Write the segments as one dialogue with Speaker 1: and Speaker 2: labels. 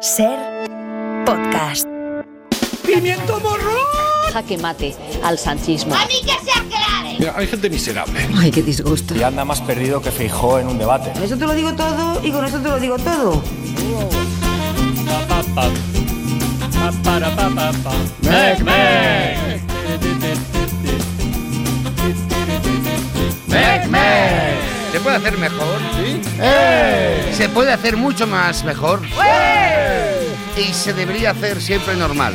Speaker 1: Ser podcast.
Speaker 2: ¡Pimiento morro!
Speaker 3: jaque mate al sanchismo.
Speaker 2: Mira, hay gente miserable.
Speaker 4: Ay, qué disgusto.
Speaker 5: y anda más perdido que Feijó en un debate.
Speaker 6: Eso te lo digo todo y con eso te lo digo todo.
Speaker 7: ¿Se puede hacer mejor? Eh. Se puede hacer mucho más mejor. Y se debería hacer siempre normal.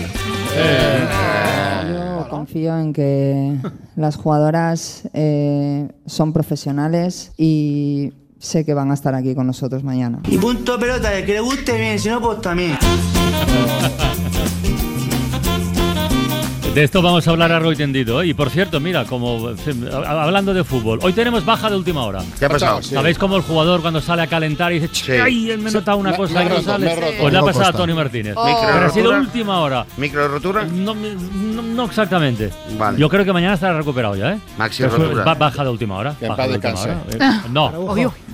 Speaker 8: Eh.
Speaker 7: Eh.
Speaker 9: Yo confío en que las jugadoras eh, son profesionales y sé que van a estar aquí con nosotros mañana.
Speaker 10: Y punto pelota, el que le guste bien, si no, pues también.
Speaker 11: De esto vamos a hablar largo y tendido. ¿eh? Y por cierto, mira, como eh, ha- hablando de fútbol, hoy tenemos baja de última hora.
Speaker 7: ¿Qué ha pasado?
Speaker 11: ¿Sabéis cómo el jugador cuando sale a calentar y dice, "Ch, ay, él me nota una cosa y no sale"? Pues le ha pasado a Tony Martínez. Pero ha sido
Speaker 7: rotura.
Speaker 11: última hora.
Speaker 7: ¿Micro rotura?
Speaker 11: No, no- no exactamente.
Speaker 7: Vale.
Speaker 11: Yo creo que mañana estará recuperado ya, ¿eh?
Speaker 7: Maxi
Speaker 11: Pero fue-
Speaker 7: rotura.
Speaker 11: ba- baja de última hora.
Speaker 12: Que en
Speaker 11: baja
Speaker 12: paz
Speaker 11: de última
Speaker 12: descanse. Ah.
Speaker 11: hora. Eh, No,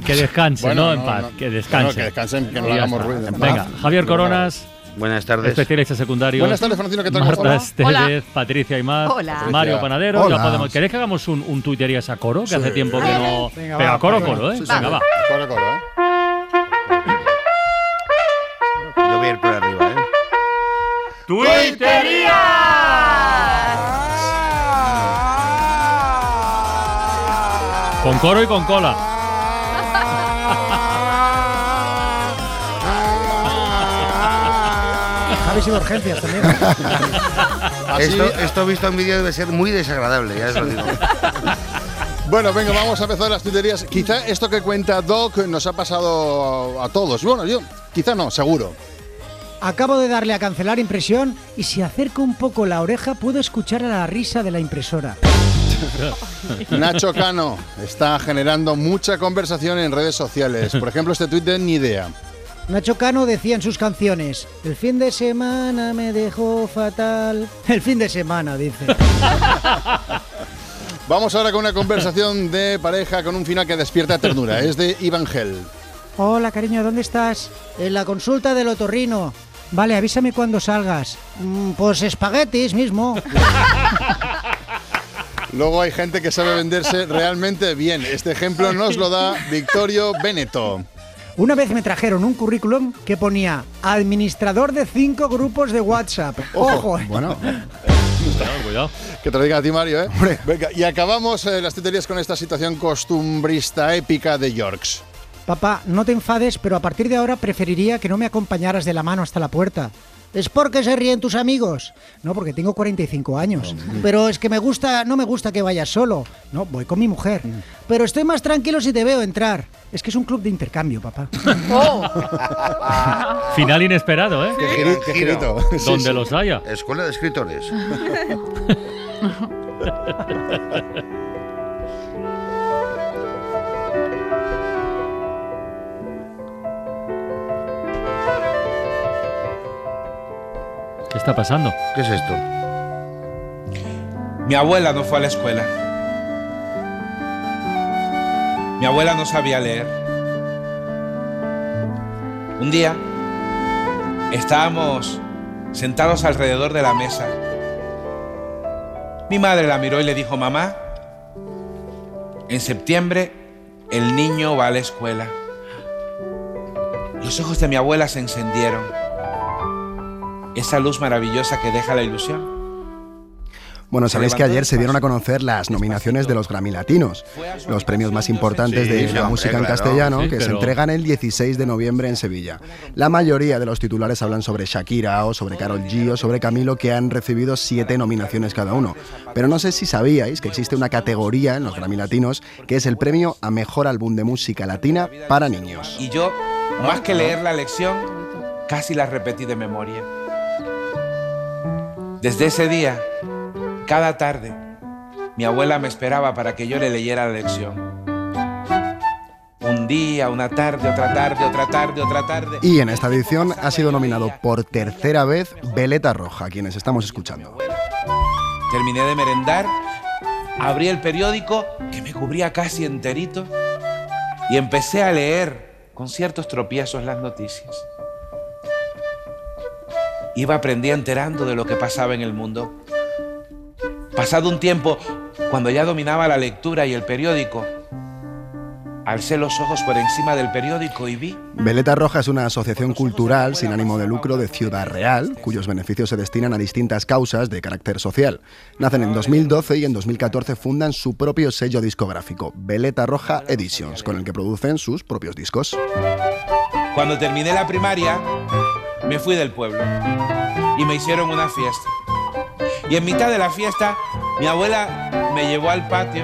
Speaker 11: que descanse, no en paz, que descanse.
Speaker 12: no, que descansen, que no
Speaker 11: Y
Speaker 12: le
Speaker 11: ya
Speaker 12: hagamos
Speaker 11: está.
Speaker 12: ruido. en
Speaker 11: Venga,
Speaker 12: paz.
Speaker 11: Javier Coronas,
Speaker 7: Buenas tardes.
Speaker 11: especialista secundario.
Speaker 12: Buenas tardes, Francino, ¿qué tal? ¿Cómo
Speaker 11: Marta
Speaker 12: estás?
Speaker 11: Estevez, Patricia Aymar,
Speaker 4: Hola.
Speaker 11: Mario
Speaker 12: Patricia.
Speaker 11: Panadero.
Speaker 8: Hola.
Speaker 11: Ya podemos, ¿Queréis que hagamos un, un tuiterías a coro? Que hace tiempo que no.
Speaker 8: Venga,
Speaker 11: Pero
Speaker 8: va,
Speaker 11: a coro,
Speaker 8: venga.
Speaker 11: coro, ¿eh?
Speaker 12: Sí, sí,
Speaker 11: Venga,
Speaker 12: sí.
Speaker 11: va.
Speaker 12: Coro, coro, ¿eh?
Speaker 7: Yo voy a ir por arriba, ¿eh?
Speaker 11: Con coro y con cola.
Speaker 8: Ah, Javi sin urgencias también.
Speaker 12: Así-
Speaker 7: Esto, esto visto en vídeo debe ser muy desagradable, ya os lo digo.
Speaker 12: Bueno, venga, vamos a empezar las tuiterías. Quizá esto que cuenta Doc nos ha pasado a, a todos. Bueno, yo, quizá no, seguro.
Speaker 8: Acabo de darle a cancelar impresión y si acerco un poco la oreja puedo escuchar la risa de la impresora.
Speaker 12: Nacho Cano está generando mucha conversación en redes sociales. Por ejemplo, este tuit de Ni Idea.
Speaker 8: Nacho Cano decía en sus canciones, el fin de semana me dejó fatal. El fin de semana, dice.
Speaker 12: Vamos ahora con una conversación de pareja con un final que despierta ternura. Es de Iván Gel.
Speaker 8: Hola, cariño, ¿dónde estás? En la consulta del otorrino. Vale, avísame cuando salgas. "Mm, pues espaguetis mismo.
Speaker 12: Luego hay gente que sabe venderse realmente bien. Este ejemplo nos lo da Victorio Beneto.
Speaker 8: Una vez me trajeron un currículum que ponía administrador de cinco grupos de WhatsApp. Ojo, eh.
Speaker 12: Bueno,
Speaker 11: Cuidado, cuidado.
Speaker 12: que te lo diga a ti, Mario, ¿eh? Venga, y acabamos eh, las tuterías con esta situación costumbrista épica de Yorks.
Speaker 8: papá, no te enfades, pero a partir de ahora preferiría que no me acompañaras de la mano hasta la puerta. Es porque se ríen tus amigos. No, porque tengo 45 años. Pero es que me gusta, no me gusta que vayas solo. No, voy con mi mujer. Pero estoy más tranquilo si te veo entrar. Es que es un club de intercambio, papá.
Speaker 11: Final inesperado, ¿eh?
Speaker 12: Qué,
Speaker 7: giro- qué girito.
Speaker 11: Donde los haya.
Speaker 7: Escuela de escritores.
Speaker 11: ¿Qué está pasando?
Speaker 7: ¿Qué es esto?
Speaker 2: Mi abuela no fue a la escuela. Mi abuela no sabía leer. Un día estábamos sentados alrededor de la mesa. Mi madre la miró y le dijo, mamá, en septiembre el niño va a la escuela. Los ojos de mi abuela se encendieron. Esa luz maravillosa que deja la ilusión.
Speaker 13: Bueno, sabéis que
Speaker 2: levantó
Speaker 13: ayer se dieron a
Speaker 2: despacio.
Speaker 13: conocer las nominaciones de los Grammy Latinos, los premios más importantes
Speaker 7: Sí,
Speaker 13: de
Speaker 7: sí,
Speaker 13: la
Speaker 7: hombre,
Speaker 13: música en
Speaker 7: claro.
Speaker 13: castellano,
Speaker 11: Sí,
Speaker 13: que se
Speaker 11: pero-
Speaker 13: entregan el 16 de noviembre en Sevilla. La mayoría de los titulares hablan sobre Shakira o sobre Carol G o sobre Camilo, que han recibido siete nominaciones cada uno. Pero no sé si sabíais que existe una categoría en los Grammy Latinos que es el premio a mejor álbum de música latina para niños.
Speaker 2: Y yo, más que leer la lección, casi la repetí de memoria. Desde ese día, cada tarde, mi abuela me esperaba para que yo le leyera la lección. Un día, una tarde, otra tarde, otra tarde, otra tarde.
Speaker 13: Y en esta edición ha sido nominado por tercera vez Veleta Roja, a quienes estamos escuchando.
Speaker 2: Terminé de merendar, abrí el periódico que me cubría casi enterito y empecé a leer con ciertos tropiezos las noticias. Iba aprendí enterando de lo que pasaba en el mundo. Pasado un tiempo, cuando ya dominaba la lectura y el periódico, alcé los ojos por encima del periódico y vi
Speaker 13: Veleta Roja es una asociación cultural sin ánimo de lucro de Ciudad Real, cuyos beneficios se destinan a distintas causas de carácter social. Nacen en 2012 y en 2014 fundan su propio sello discográfico, Veleta Roja Editions, con el que producen sus propios discos.
Speaker 2: Cuando terminé la primaria, me fui del pueblo y me hicieron una fiesta. Y en mitad de la fiesta, mi abuela me llevó al patio,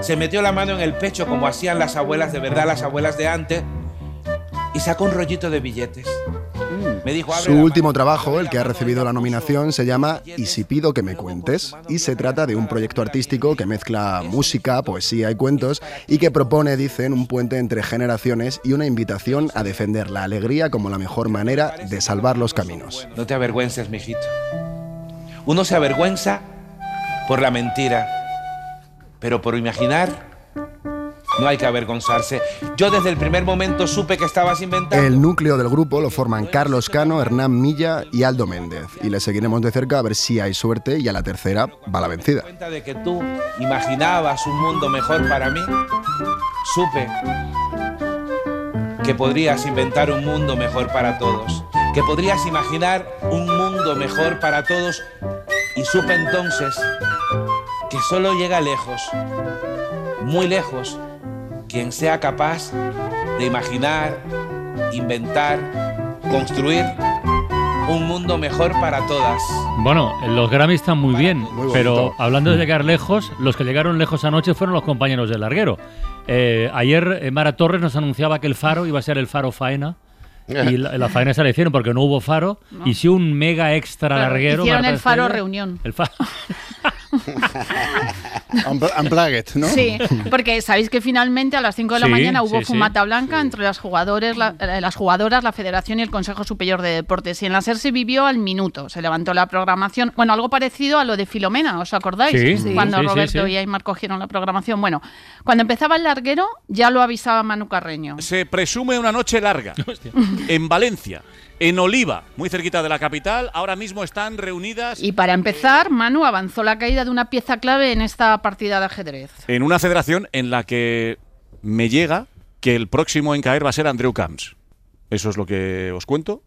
Speaker 2: se metió la mano en el pecho como hacían las abuelas de verdad, las abuelas de antes, y sacó un rollito de billetes. Me dijo, abre
Speaker 13: Su
Speaker 2: la mano".
Speaker 13: último trabajo, el que ha recibido la nominación, se llama Y si pido que me cuentes, y se trata de un proyecto artístico que mezcla música, poesía y cuentos, y que propone, dicen, un puente entre generaciones y una invitación a defender la alegría como la mejor manera de salvar los caminos.
Speaker 2: No te avergüences, mijito. Uno se avergüenza por la mentira, pero por imaginar no hay que avergonzarse. Yo desde el primer momento supe que estabas inventando.
Speaker 13: El núcleo del grupo lo forman Carlos Cano, Hernán Milla y Aldo Méndez, y le seguiremos de cerca a ver si hay suerte y a la tercera va la vencida.
Speaker 2: cuenta de que tú imaginabas un mundo mejor para mí, supe que podrías inventar un mundo mejor para todos, que podrías imaginar un mundo mejor para todos y supe entonces que solo llega lejos, muy lejos, quien sea capaz de imaginar, inventar, construir un mundo mejor para todas.
Speaker 11: Bueno, los Grammy están muy bien, pero hablando de llegar lejos, los que llegaron lejos anoche fueron los compañeros del larguero. Eh, ayer eh, Mara Torres nos anunciaba que el faro iba a ser el faro faena. Y la, la faena se la hicieron porque no hubo faro.
Speaker 4: No.
Speaker 11: Y sí un mega extra
Speaker 4: Claro,
Speaker 11: larguero.
Speaker 4: hicieron
Speaker 11: Marta
Speaker 4: el faro
Speaker 11: Estella.
Speaker 4: reunión.
Speaker 11: El faro.
Speaker 12: Unplugged, ¿no?
Speaker 4: Sí, porque sabéis que finalmente a las 5 de la
Speaker 12: Sí,
Speaker 4: mañana hubo
Speaker 12: sí, sí.
Speaker 4: fumata blanca entre las, jugadores, la- eh, las jugadoras, la Federación y el Consejo Superior de Deportes. Y en la SER se vivió al minuto. Se levantó la programación. Bueno, algo parecido a lo de Filomena, ¿os acordáis?
Speaker 14: Sí, Sí.
Speaker 4: Cuando
Speaker 14: sí, sí,
Speaker 4: Roberto
Speaker 14: sí.
Speaker 4: y Aymar cogieron la programación. Bueno, cuando empezaba el larguero ya lo avisaba Manu Carreño.
Speaker 15: Se presume una noche larga en Valencia, en Oliva, muy cerquita de la capital. Ahora mismo están reunidas
Speaker 4: Y para empezar, Manu avanzó la caída de una pieza clave en esta partida de ajedrez.
Speaker 15: en una federación en la que me llega que el próximo en caer va a ser Andreu Camps. Eso es lo que os cuento.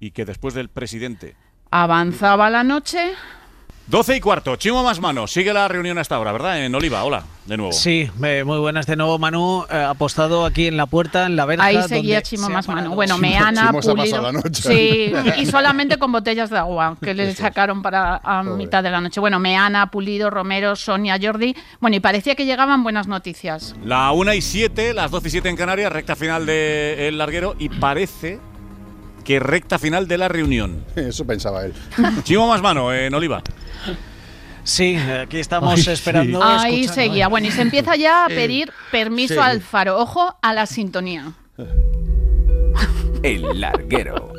Speaker 15: Y que después del presidente.
Speaker 4: Avanzaba la noche.
Speaker 15: 12 y cuarto, Chimo más manos. Sigue la reunión hasta ahora, ¿verdad? En Oliva, hola, de nuevo.
Speaker 16: Sí, eh, muy buenas de nuevo, Manu. eh, apostado aquí en la puerta, en la verja.
Speaker 4: Ahí seguía
Speaker 16: donde
Speaker 4: Chimo
Speaker 16: se ha
Speaker 4: más mano.
Speaker 16: parado.
Speaker 4: Bueno, Meana,
Speaker 16: Chimo se ha
Speaker 4: Pulido.
Speaker 16: pasado la noche.
Speaker 4: Sí, y solamente con botellas de agua que le sacaron para a
Speaker 16: Pobre.
Speaker 4: mitad de la noche. Bueno, Meana, Pulido, Romero, Sonia, Jordi. Bueno, y parecía que llegaban buenas noticias.
Speaker 15: La 1 y 7, las 12 y 7 en Canarias, recta final del larguero. Y parece que recta final de la reunión.
Speaker 12: Eso pensaba él.
Speaker 15: Chimo más mano, eh, en Oliva.
Speaker 16: Sí, aquí estamos
Speaker 15: Ay,
Speaker 16: esperando.
Speaker 4: Ahí
Speaker 16: escuchando.
Speaker 4: seguía. Bueno, y se empieza ya a
Speaker 16: Eh,
Speaker 4: pedir permiso
Speaker 16: sí.
Speaker 4: al faro. Ojo a la sintonía.
Speaker 17: El larguero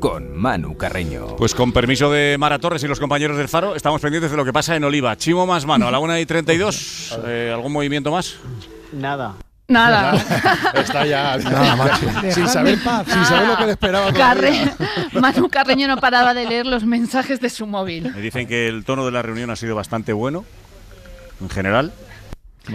Speaker 17: con Manu Carreño.
Speaker 15: Pues con permiso de Mara Torres y los compañeros del Faro, estamos pendientes de lo que pasa en Oliva. Chimo más mano, a la 1 y 32. Eh, ¿Algún movimiento más?
Speaker 16: Nada.
Speaker 4: Nada.
Speaker 12: Está ya.
Speaker 15: Nada, macho.
Speaker 12: Sin
Speaker 15: Dejadme
Speaker 12: saber,
Speaker 15: en paz.
Speaker 12: sin saber lo que le esperaba. todavía.
Speaker 4: Carre- Manu Carreño no paraba de leer los mensajes de su móvil.
Speaker 15: Me dicen que el tono de la reunión ha sido bastante bueno, en general.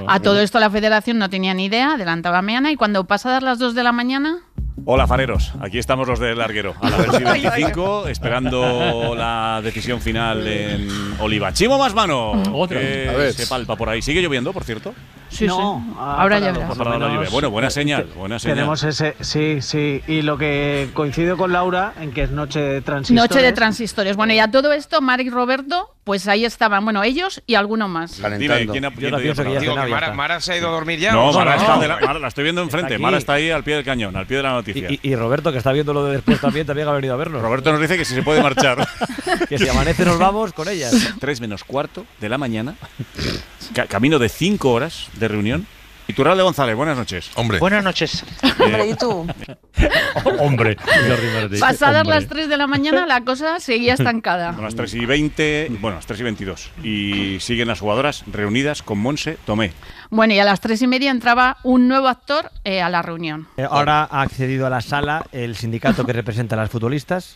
Speaker 4: A todo esto la federación no tenía ni idea, adelantaba Meana y cuando pasadas las 2 de la mañana
Speaker 15: Hola, fareros. Aquí estamos los del larguero. A las 2 y 25, esperando la decisión final en Oliva. Chimo más mano.
Speaker 11: Otro.
Speaker 15: que
Speaker 11: A ver.
Speaker 15: Se palpa por ahí. ¿Sigue lloviendo, por cierto?
Speaker 4: Sí,
Speaker 16: no,
Speaker 4: sí.
Speaker 16: ha
Speaker 4: Ahora ya
Speaker 16: parado, por lo
Speaker 15: Ha
Speaker 4: verás.
Speaker 15: parado la
Speaker 16: menos.
Speaker 15: lluvia. Bueno, buena señal, buena señal.
Speaker 16: Tenemos ese, sí, sí. Y lo que coincido con Laura en que es noche de transistores.
Speaker 4: Noche de transistores. Bueno, y a todo esto, Mar y Roberto, pues ahí estaban, bueno, ellos y alguno más.
Speaker 15: Dime, ¿quién ha- quién
Speaker 5: la
Speaker 15: te
Speaker 5: pienso que
Speaker 15: dio
Speaker 5: ya
Speaker 15: la
Speaker 5: hace
Speaker 15: palabra?
Speaker 5: nada, ya está.
Speaker 2: se ha ido a dormir
Speaker 15: No, Mara,
Speaker 5: no.
Speaker 15: está de la, Mara, la estoy viendo enfrente.
Speaker 5: aquí.
Speaker 15: Mara está ahí al pie del cañón, al pie de la noticia.
Speaker 5: Y, y Roberto, que está viendo lo de después también, también ha venido a vernos.
Speaker 15: Roberto nos dice que si se puede marchar.
Speaker 5: que si amanece nos vamos con ellas.
Speaker 15: 3 menos cuarto de la mañana, ca- camino de 5 horas de reunión. Y Turralde González, buenas noches. Eh, Hombre.
Speaker 16: Buenas noches.
Speaker 15: Hombre, ¿y
Speaker 4: tú?
Speaker 15: Hombre,
Speaker 4: Pasadas las 3 de la mañana, la cosa seguía estancada.
Speaker 15: Son las 3 y 20, bueno, las 3 y 22. Y siguen las jugadoras reunidas con Monse Tomé.
Speaker 4: Bueno, y a las 3 y media entraba un nuevo actor eh, a la reunión.
Speaker 5: Eh, Ahora ha accedido a la sala el sindicato que representa a las futbolistas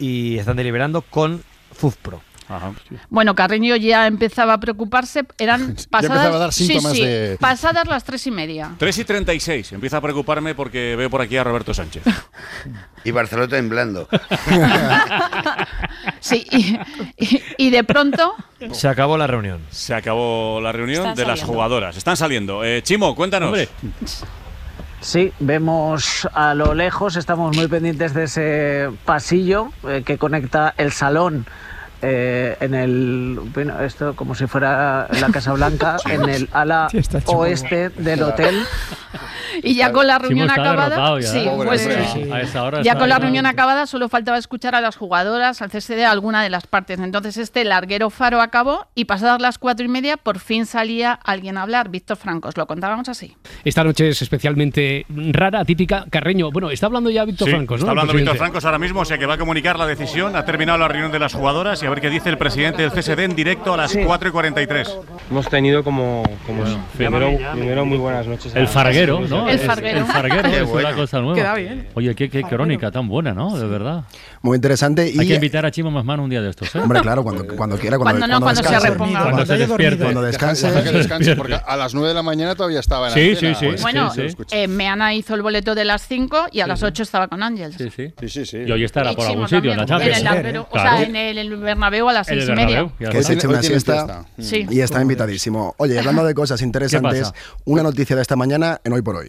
Speaker 5: y están deliberando con FUFPRO.
Speaker 4: Bueno, Carreño ya empezaba a preocuparse. Eran pasadas,
Speaker 15: empezaba a dar
Speaker 4: sí,
Speaker 15: síntomas
Speaker 4: sí,
Speaker 15: de-
Speaker 4: pasadas las tres y media.
Speaker 15: 3 y 36. Empieza a preocuparme porque veo por aquí a Roberto Sánchez.
Speaker 7: Y Barcelona temblando.
Speaker 4: Sí, y, y- y de pronto,
Speaker 5: Se acabó la reunión.
Speaker 15: Se acabó la reunión
Speaker 4: Están
Speaker 15: de las
Speaker 4: saliendo.
Speaker 15: jugadoras. Están saliendo. Eh, Chimo, cuéntanos.
Speaker 16: Sí, vemos a lo lejos, estamos muy pendientes de ese pasillo eh, que conecta el salón eh, en el, bueno, esto como si fuera la Casa Blanca, en el ala oeste del hotel.
Speaker 4: y ya con la
Speaker 11: pues,
Speaker 4: reunión
Speaker 16: está
Speaker 4: acabada,
Speaker 16: derrotado ya,
Speaker 4: sí,
Speaker 16: ¿eh? Pobre
Speaker 4: pues
Speaker 16: hombre,
Speaker 4: sí.
Speaker 11: A esa hora
Speaker 4: ya
Speaker 11: está
Speaker 4: con la
Speaker 11: ahí,
Speaker 4: reunión acabada solo faltaba escuchar a las jugadoras, al CSD, a alguna de las partes. Entonces este larguero faro acabó y pasadas las cuatro y media por fin salía alguien a hablar, Víctor Francos, lo contábamos así.
Speaker 14: Esta noche es especialmente rara, típica. Carreño, bueno, está hablando ya Víctor
Speaker 15: Sí,
Speaker 14: Francos, ¿no?
Speaker 15: Está
Speaker 14: El
Speaker 15: hablando Víctor
Speaker 14: presidente.
Speaker 15: Francos ahora mismo, o sea que va a comunicar la decisión. Ha terminado la reunión de las jugadoras y a ver qué dice el presidente del CSD en directo a las 4 y 43.
Speaker 18: Hemos tenido como, como primero, primero muy buenas
Speaker 4: Pues
Speaker 18: noches. a-
Speaker 11: El farguero, ¿no?
Speaker 4: El
Speaker 11: Es-
Speaker 4: farguero.
Speaker 11: El farguero
Speaker 4: Qué
Speaker 11: es una
Speaker 4: bueno.
Speaker 11: cosa nueva.
Speaker 4: Queda bien.
Speaker 11: Oye, qué, qué crónica tan buena, ¿no? De verdad.
Speaker 13: Muy interesante. Y,
Speaker 11: Hay que invitar a Chimo Masman un día de estos, ¿eh?
Speaker 13: Hombre, claro, cuando, cuando quiera, cuando,
Speaker 11: Cuando no, cuando se
Speaker 13: descanse.
Speaker 11: reponga. Cuando se
Speaker 13: Cuando
Speaker 11: despierte.
Speaker 13: Cuando descanse.
Speaker 11: Deja- deja que
Speaker 12: descanse, porque a las 9 de la mañana todavía estaba en
Speaker 11: Sí,
Speaker 12: antena, Pues
Speaker 11: sí, sí.
Speaker 12: o en-
Speaker 4: Bueno,
Speaker 12: lo escuché.
Speaker 4: eh, Meana hizo el boleto de las 5 y a las 8 estaba con Ángel.
Speaker 11: Sí, sí.
Speaker 12: sí, sí.
Speaker 11: Y hoy estará
Speaker 4: Y
Speaker 11: por
Speaker 4: Chimo
Speaker 11: algún sitio en la
Speaker 4: también,
Speaker 11: Champions.
Speaker 4: en el Bernabéu,
Speaker 11: Claro.
Speaker 4: O sea, en el, el Bernabéu a las
Speaker 11: En el
Speaker 4: 6 y media.
Speaker 11: Bernabéu, ya
Speaker 13: que se eche una
Speaker 11: Hoy tiene
Speaker 13: siesta
Speaker 4: fiesta. Sí.
Speaker 13: y está invitadísimo. Oye, hablando de cosas interesantes,
Speaker 19: pasa?
Speaker 13: una noticia de esta mañana en Hoy por Hoy.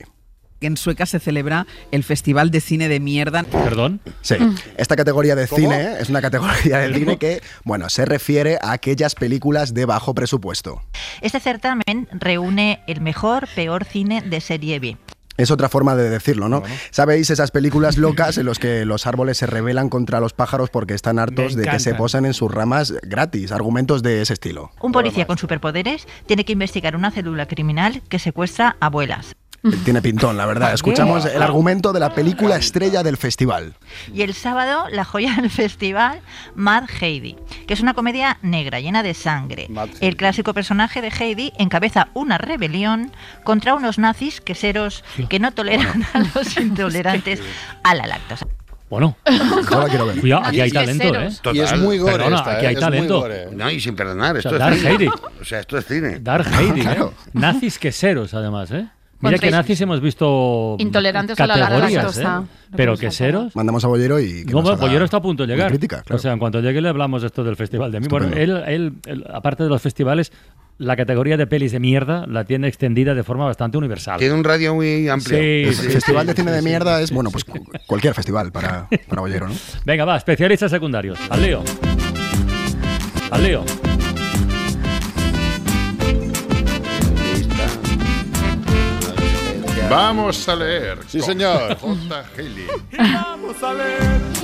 Speaker 19: En Sueca se celebra el Festival de Cine de Mierda.
Speaker 11: ¿Perdón?
Speaker 13: Sí, esta categoría de cine es una categoría de cine que, bueno, se refiere a aquellas películas de bajo presupuesto.
Speaker 20: Este certamen reúne el mejor, peor cine de serie B.
Speaker 13: Es otra forma de decirlo, ¿no? ¿Sabéis esas películas locas en las que los árboles se rebelan contra los pájaros porque están hartos
Speaker 20: Me
Speaker 13: de que se
Speaker 20: encantan.
Speaker 13: posan en sus ramas gratis? Argumentos de ese estilo.
Speaker 20: Un policía con superpoderes tiene que investigar una célula criminal que secuestra abuelas.
Speaker 13: Tiene pintón, la verdad. Escuchamos el argumento de la película estrella del festival.
Speaker 20: Y el sábado, la joya del festival, Mad Heidi, que es una comedia negra llena de sangre. El clásico personaje de Heidi encabeza una rebelión contra unos nazis queseros que no toleran a los intolerantes a la lactosa.
Speaker 11: Bueno,
Speaker 13: no la quiero ver.
Speaker 11: Cuidado, aquí hay talento, ¿eh?
Speaker 7: Total.
Speaker 11: Y es muy gore Perdona, esta, aquí ¿eh? hay Es muy talento. gore.
Speaker 7: No, y sin perdonar,
Speaker 11: O sea,
Speaker 7: esto
Speaker 11: Dark
Speaker 7: es cine.
Speaker 11: Heidi.
Speaker 7: O sea, esto es cine.
Speaker 11: Dark Heidi, ¿eh? Nazis queseros, además, ¿eh? Mira
Speaker 4: Contra-
Speaker 11: que nazis hemos visto
Speaker 4: Intolerantes a la
Speaker 11: categorías,
Speaker 4: lactosa.
Speaker 11: ¿eh? Pero queseros...
Speaker 13: Mandamos a Bollero y... que
Speaker 11: No,
Speaker 13: nos
Speaker 11: bueno,
Speaker 13: haga-
Speaker 11: Bollero está a punto de llegar.
Speaker 13: una crítica,
Speaker 11: O sea, en cuanto llegue le hablamos de esto del festival de mí. Bueno, él,
Speaker 13: Estupendo.
Speaker 11: él- él, aparte de los festivales, la categoría de pelis de mierda la tiene extendida de forma bastante universal.
Speaker 7: Tiene un radio muy amplio.
Speaker 11: Sí,
Speaker 13: el
Speaker 11: sí,
Speaker 13: festival
Speaker 11: sí,
Speaker 13: de cine
Speaker 11: sí,
Speaker 13: de
Speaker 11: sí.
Speaker 13: mierda es, bueno, pues cu- cualquier festival para, para Bollero, ¿no?
Speaker 11: Venga, va, especialistas secundarios. Al Leo. Al Leo.
Speaker 12: Vamos a leer. Sí, señor. J. Healy.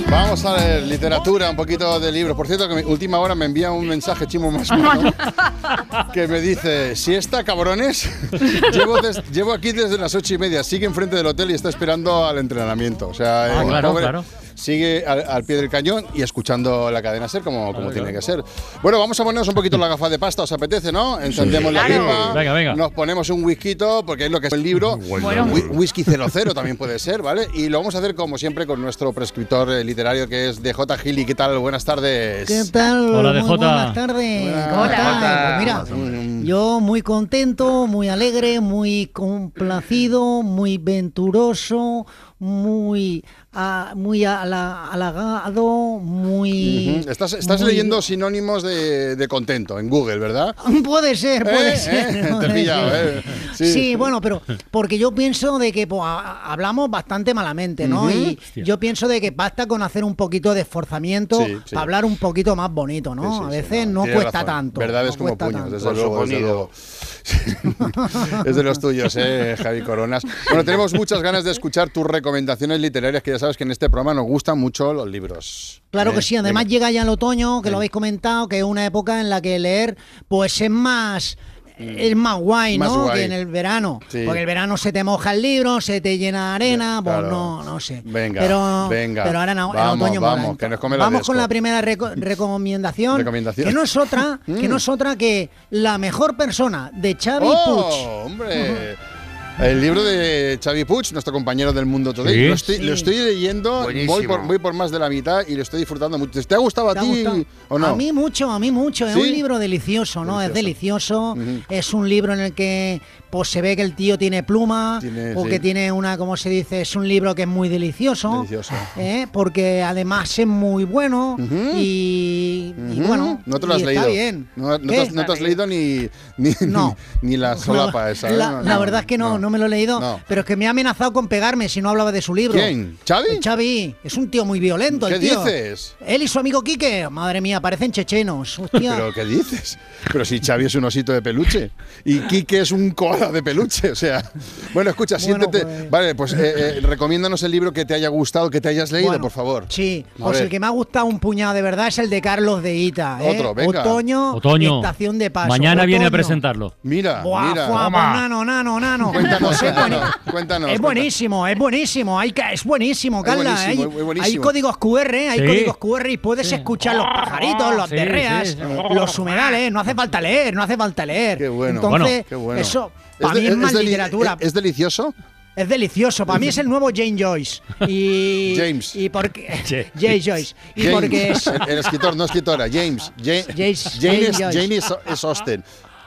Speaker 12: Vamos a leer literatura, un poquito de libros. Por cierto, que mi última hora me envía un mensaje chimo más malo que me dice: Si está, cabrones, llevo, des- llevo aquí desde las ocho y media, sigue enfrente del hotel y está esperando al entrenamiento. O sea,
Speaker 11: Ah,
Speaker 12: el
Speaker 11: claro,
Speaker 12: pobre
Speaker 11: claro.
Speaker 12: Sigue al, al pie del cañón y escuchando la cadena ser como, como tiene que ser. Bueno, vamos a ponernos un poquito la gafa de pasta, ¿os apetece, no? Encendemos la
Speaker 11: Claro.
Speaker 12: pipa,
Speaker 11: Venga, venga.
Speaker 12: nos ponemos un whisky, porque es lo que es el libro.
Speaker 11: Bueno.
Speaker 12: Whi- Whisky 00 también puede ser, ¿vale? Y lo vamos a hacer como siempre con nuestro prescriptor eh, literario que es DJ Gili. ¿Qué tal? Buenas tardes.
Speaker 8: ¿Qué tal?
Speaker 12: Hola,
Speaker 8: Muy
Speaker 12: DJ.
Speaker 8: Buenas tardes. ¿Cómo
Speaker 12: Hola.
Speaker 8: estáis?
Speaker 12: Hola.
Speaker 8: Pues mira, yo muy contento, muy alegre, muy complacido, muy venturoso, muy, ah, muy ala- halagado, muy.
Speaker 12: Ujú. Estás, estás
Speaker 8: muy- Ah,
Speaker 12: leyendo sinónimos de, de contento en Google, ¿verdad?
Speaker 8: Puede ser, puede
Speaker 12: Eh,
Speaker 8: ser.
Speaker 12: eh, te he
Speaker 8: puede
Speaker 12: pillado,
Speaker 8: ser.
Speaker 12: eh. Sí.
Speaker 8: Sí. bueno, pero porque yo pienso de que pues, a- hablamos bastante malamente, ¿no?
Speaker 12: Ujú.
Speaker 8: Y
Speaker 12: Hostia.
Speaker 8: yo pienso de que basta con hacer un poquito de esforzamiento
Speaker 12: Sí, sí.
Speaker 8: para hablar un poquito más bonito, ¿no? a veces no,
Speaker 12: Tienes
Speaker 8: cuesta
Speaker 12: razón.
Speaker 8: tanto.
Speaker 12: Verdades
Speaker 8: no
Speaker 12: como
Speaker 8: cuesta
Speaker 12: puños,
Speaker 8: tanto.
Speaker 12: desde luego, desde luego. es de los tuyos, eh, Javi Coronas. Bueno, tenemos muchas ganas de escuchar tus recomendaciones literarias, que ya sabes que en este programa nos gustan mucho los libros.
Speaker 8: Claro
Speaker 12: Eh,
Speaker 8: que sí, además llega ya el otoño, que lo habéis comentado, que es una época en la que leer pues es más es más guay,
Speaker 12: Mm. Más
Speaker 8: ¿no?
Speaker 12: guay.
Speaker 8: Que en el verano,
Speaker 12: Sí.
Speaker 8: porque el verano se te moja el libro, se te llena de arena, pues
Speaker 12: claro.
Speaker 8: no, no sé.
Speaker 12: Venga,
Speaker 8: pero,
Speaker 12: venga.
Speaker 8: pero ahora no,
Speaker 12: Vamos,
Speaker 8: el otoño
Speaker 12: vamos,
Speaker 8: mola. ¿eh?
Speaker 12: que nos come la
Speaker 8: Vamos
Speaker 12: desco.
Speaker 8: con la primera reco- recomendación,
Speaker 12: Recomendación.
Speaker 8: que no es otra, que no
Speaker 12: Mm.
Speaker 8: es otra que La mejor persona de Xavi
Speaker 12: ¡Oh,
Speaker 8: Puig.
Speaker 12: hombre! El libro de Xavi Puig, nuestro compañero del mundo today.
Speaker 21: Sí.
Speaker 12: Lo, estoy,
Speaker 21: Sí.
Speaker 12: lo estoy leyendo,
Speaker 21: Buenísimo.
Speaker 12: voy por, voy por más de la mitad y lo estoy disfrutando mucho. ¿Te ha gustado a
Speaker 8: ¿Te ha
Speaker 12: ti
Speaker 8: gustado?
Speaker 12: o no?
Speaker 8: A mí mucho, a mí mucho. Es
Speaker 12: ¿Sí?
Speaker 8: un libro delicioso, ¿no? Es delicioso. Es un libro en el que pues, se ve que el tío tiene pluma,
Speaker 12: Tiene,
Speaker 8: porque
Speaker 12: sí.
Speaker 8: tiene una, como se dice, es un libro que es muy delicioso.
Speaker 12: Delicioso.
Speaker 8: ¿eh? Porque además es muy bueno y, y
Speaker 12: Ujú.
Speaker 8: bueno,
Speaker 12: no te lo has
Speaker 8: y
Speaker 12: leído.
Speaker 8: Está bien.
Speaker 12: No, no te,
Speaker 8: ¿Qué?
Speaker 12: has- no te has leído ni, ni, ni, ni la solapa esa. ¿eh?
Speaker 8: La,
Speaker 12: No,
Speaker 8: la
Speaker 12: no.
Speaker 8: verdad es que no, no, me lo he leído,
Speaker 12: No.
Speaker 8: pero es que me ha amenazado con pegarme si no hablaba de su libro. Eh,
Speaker 12: ¿Quién? ¿Xavi?
Speaker 8: Xavi, es un tío muy violento. el
Speaker 12: ¿Qué
Speaker 8: tío.
Speaker 12: dices?
Speaker 8: Él y su amigo Quique, madre mía, parecen chechenos. Hostia.
Speaker 12: ¿Pero qué dices? Pero si Xavi es un osito de peluche y Quique es un koala de peluche, o sea. Bueno, escucha, siéntete. Vale, pues eh, eh, recomiéndanos el libro que te haya gustado, que te hayas leído,
Speaker 8: Bueno,
Speaker 12: por favor.
Speaker 8: Sí,
Speaker 12: A
Speaker 8: pues
Speaker 12: ver.
Speaker 8: el que me ha gustado un puñado de verdad es el de Carlos de Ita. ¿eh?
Speaker 12: Otro, venga.
Speaker 8: Otoño,
Speaker 11: Otoño.
Speaker 8: estación de paso.
Speaker 11: Mañana viene a
Speaker 8: Otoño.
Speaker 11: presentarlo.
Speaker 12: Mira,
Speaker 8: Buah, fuá, pues nano, nano, nano. Pues es bueni-
Speaker 12: Cuéntanos.
Speaker 8: Es buenísimo, es buenísimo. Hay, ca- es buenísimo,
Speaker 12: Es
Speaker 8: Carla.
Speaker 12: buenísimo,
Speaker 8: hay,
Speaker 12: es buenísimo.
Speaker 8: hay códigos QR, hay
Speaker 12: Sí. Ah,
Speaker 8: códigos QR y puedes escuchar los pajaritos, los
Speaker 12: Sí,
Speaker 8: terreas,
Speaker 12: sí, sí.
Speaker 8: los humedales. No hace falta leer, no hace falta leer. Qué
Speaker 12: Bueno,
Speaker 8: Entonces,
Speaker 12: qué bueno.
Speaker 8: eso
Speaker 12: ¿Es
Speaker 8: para
Speaker 12: de-
Speaker 8: mí es,
Speaker 12: es
Speaker 8: más
Speaker 12: deli-
Speaker 8: literatura.
Speaker 12: ¿Es, es delicioso?
Speaker 8: Es delicioso, para mí es el nuevo Jane Joyce. Y, James. Y porque, Jane Joyce. Y
Speaker 12: James,
Speaker 8: porque es.
Speaker 12: El, el escritor, no escritora, James. Ja- Jane,
Speaker 8: James-
Speaker 12: es,
Speaker 8: Jane Joyce.
Speaker 12: Jane es- es Austen.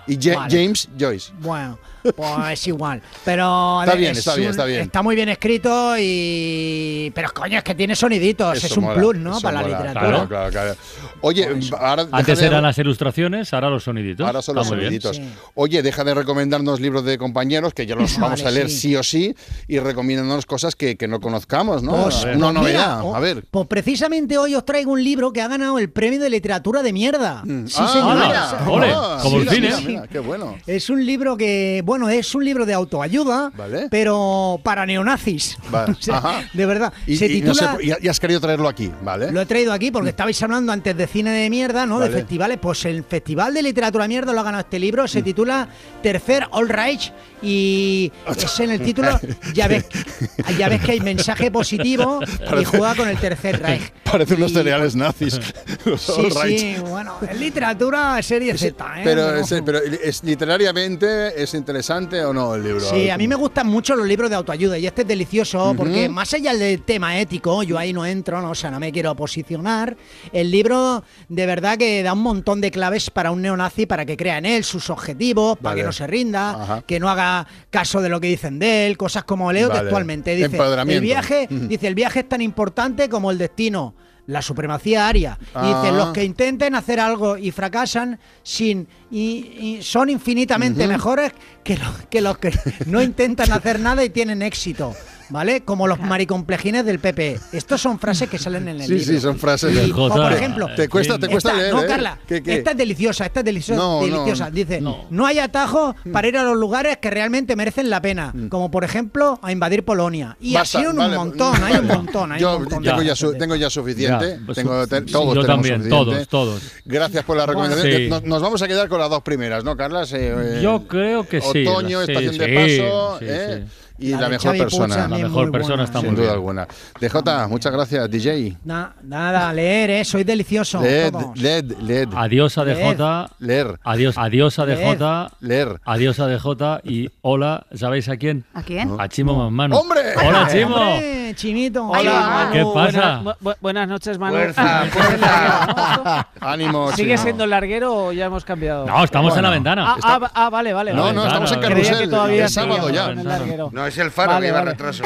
Speaker 12: Y Ja-
Speaker 8: Vale.
Speaker 12: James Joyce.
Speaker 8: Bueno, pues es igual. Pero
Speaker 12: Está
Speaker 8: es
Speaker 12: bien, está bien, está bien.
Speaker 8: Está muy bien escrito y. Pero coño, es que tiene soniditos.
Speaker 12: Eso
Speaker 8: es un
Speaker 12: mola,
Speaker 8: plus, ¿no?
Speaker 12: eso
Speaker 8: Para la
Speaker 12: mola.
Speaker 8: literatura.
Speaker 12: Claro, claro, claro. Oye,
Speaker 8: Pues
Speaker 12: ahora deja
Speaker 11: Antes
Speaker 12: de-
Speaker 11: eran las ilustraciones, ahora los soniditos.
Speaker 12: Ahora son los
Speaker 11: Está Ah, muy bien.
Speaker 12: soniditos. Oye, deja de recomendarnos libros de compañeros, que ya los vamos a leer sí.
Speaker 8: sí.
Speaker 12: o sí, y recomiéndanos cosas que, que no conozcamos, ¿no?
Speaker 8: Pues, pues
Speaker 12: Una
Speaker 8: mira,
Speaker 12: novedad.
Speaker 8: o-
Speaker 12: a ver.
Speaker 8: Pues precisamente hoy os traigo un libro que ha ganado el premio de literatura de mierda. Sí,
Speaker 12: Ah,
Speaker 8: señor.
Speaker 12: mira,
Speaker 11: Ole,
Speaker 12: ah,
Speaker 11: como el
Speaker 12: mira,
Speaker 11: cine.
Speaker 12: mira, mira, qué bueno.
Speaker 8: Es un libro que, bueno, es un libro de autoayuda,
Speaker 12: Vale.
Speaker 8: pero para neonazis.
Speaker 12: Vale,
Speaker 8: O sea,
Speaker 12: ajá.
Speaker 8: De verdad.
Speaker 12: Y,
Speaker 8: se
Speaker 12: y no
Speaker 8: titula.
Speaker 12: sé, y- y has querido traerlo aquí, ¿vale?
Speaker 8: Lo he traído aquí porque estabais hablando antes de cine de mierda, ¿no?
Speaker 12: Vale.
Speaker 8: De festivales. Pues el Festival de Literatura Mierda lo ha ganado este libro.
Speaker 12: Mm.
Speaker 8: Se titula Tercer All Reich y es en el título. Ya ves, ya ves que hay mensaje positivo y
Speaker 12: Parece-
Speaker 8: juega con el Tercer Reich.
Speaker 12: Parece unos cereales nazis. Los
Speaker 8: Sí,
Speaker 12: All Right.
Speaker 8: sí, bueno, es literatura serie Z, ¿eh?
Speaker 12: Pero,
Speaker 8: No.
Speaker 12: es, pero es- literariamente es interesante o no el libro.
Speaker 8: Sí, a mí me gustan mucho los libros de autoayuda y este es delicioso porque
Speaker 12: Ujú.
Speaker 8: más allá del tema ético, yo ahí no entro, no, o sea, no me quiero posicionar. El libro de verdad que da un montón de claves para un neonazi para que crea en él, sus objetivos, para
Speaker 12: Vale.
Speaker 8: que no se rinda,
Speaker 12: Ajá.
Speaker 8: que no haga caso de lo que dicen de él, cosas como leo
Speaker 12: Vale.
Speaker 8: textualmente. Dice,
Speaker 12: Empoderamiento.
Speaker 8: el viaje,
Speaker 12: Ujú.
Speaker 8: dice, el viaje es tan importante como el destino. La supremacía aria. Y
Speaker 12: Ah.
Speaker 8: Dice, los que intenten hacer algo y fracasan sin y, y son infinitamente
Speaker 12: Ujú.
Speaker 8: mejores que los, que los que no intentan hacer nada y tienen éxito. ¿Vale? Como los maricomplejines del PP. Estas son frases que salen en el
Speaker 12: Sí,
Speaker 8: libro.
Speaker 12: sí, son frases
Speaker 8: Y,
Speaker 12: de-
Speaker 8: o, por
Speaker 12: Jota,
Speaker 8: ejemplo,
Speaker 12: te cuesta- te cuesta
Speaker 8: esta-
Speaker 12: leer, ¿eh?
Speaker 8: No, Carla,
Speaker 12: ¿Qué- qué?
Speaker 8: esta es deliciosa, esta es deliciosa.
Speaker 12: No, no,
Speaker 8: deliciosa. Dice, no. hay atajos para ir a los lugares que realmente merecen la pena, como por ejemplo a invadir Polonia. Y
Speaker 12: Mm. Basta,
Speaker 8: así un
Speaker 12: vale, pues,
Speaker 8: montón, hay un montón, hay
Speaker 12: Yo
Speaker 8: un montón.
Speaker 12: tengo
Speaker 8: de-
Speaker 12: ya, su- tengo ya suficiente.
Speaker 11: Ya, pues,
Speaker 12: tengo, te-
Speaker 11: sí,
Speaker 12: todos
Speaker 11: yo
Speaker 12: tenemos
Speaker 11: también,
Speaker 12: suficiente.
Speaker 11: todos, todos.
Speaker 12: Gracias por la recomendación.
Speaker 11: pues.
Speaker 12: Eh,
Speaker 11: Sí.
Speaker 12: Nos, nos vamos a quedar con las dos primeras, ¿no, Carlas? Eh, eh,
Speaker 11: Yo creo que sí.
Speaker 12: Otoño,
Speaker 11: Sí,
Speaker 12: estación de
Speaker 11: sí,
Speaker 12: paso
Speaker 11: sí,
Speaker 12: eh,
Speaker 8: sí.
Speaker 12: y la,
Speaker 8: La de
Speaker 12: mejor
Speaker 8: Xavi Puig
Speaker 12: persona.
Speaker 8: también La mejor muy buena. persona está
Speaker 12: sin
Speaker 8: muy
Speaker 12: duda
Speaker 8: bien.
Speaker 12: alguna. DJ, muchas gracias, DJ.
Speaker 8: Na- nada, leer, ¿eh? soy delicioso.
Speaker 12: Led,
Speaker 8: todo.
Speaker 12: led, led.
Speaker 11: Adiós a DJ.
Speaker 12: Leer.
Speaker 11: Adiós, adiós a
Speaker 8: Leer.
Speaker 11: DJ.
Speaker 12: Leer.
Speaker 11: Adiós a DJ. Y hola, ¿sabéis a quién?
Speaker 1: ¿A quién?
Speaker 11: A Chimo Manmano.
Speaker 1: ¡Hombre!
Speaker 11: ¡Hola, Chimo!
Speaker 8: Hombre, Chimito.
Speaker 11: Hola, Manu. ¿Qué pasa?
Speaker 22: Buena- bu- buenas noches, Manu.
Speaker 12: Fuerza, fuerza. Ánimo,
Speaker 22: ¿Sigue
Speaker 12: Chimo.
Speaker 22: siendo larguero o ya hemos cambiado?
Speaker 11: No, estamos en la ventana.
Speaker 22: Ah, ah, ah, vale, vale.
Speaker 11: No,
Speaker 22: vale.
Speaker 11: no, estamos en
Speaker 22: Creía
Speaker 11: carrusel,
Speaker 22: que todavía
Speaker 11: es sábado ya.
Speaker 22: seguíamos en el larguero.
Speaker 7: No, es el faro
Speaker 22: Vale,
Speaker 7: que lleva
Speaker 22: vale.
Speaker 7: retraso.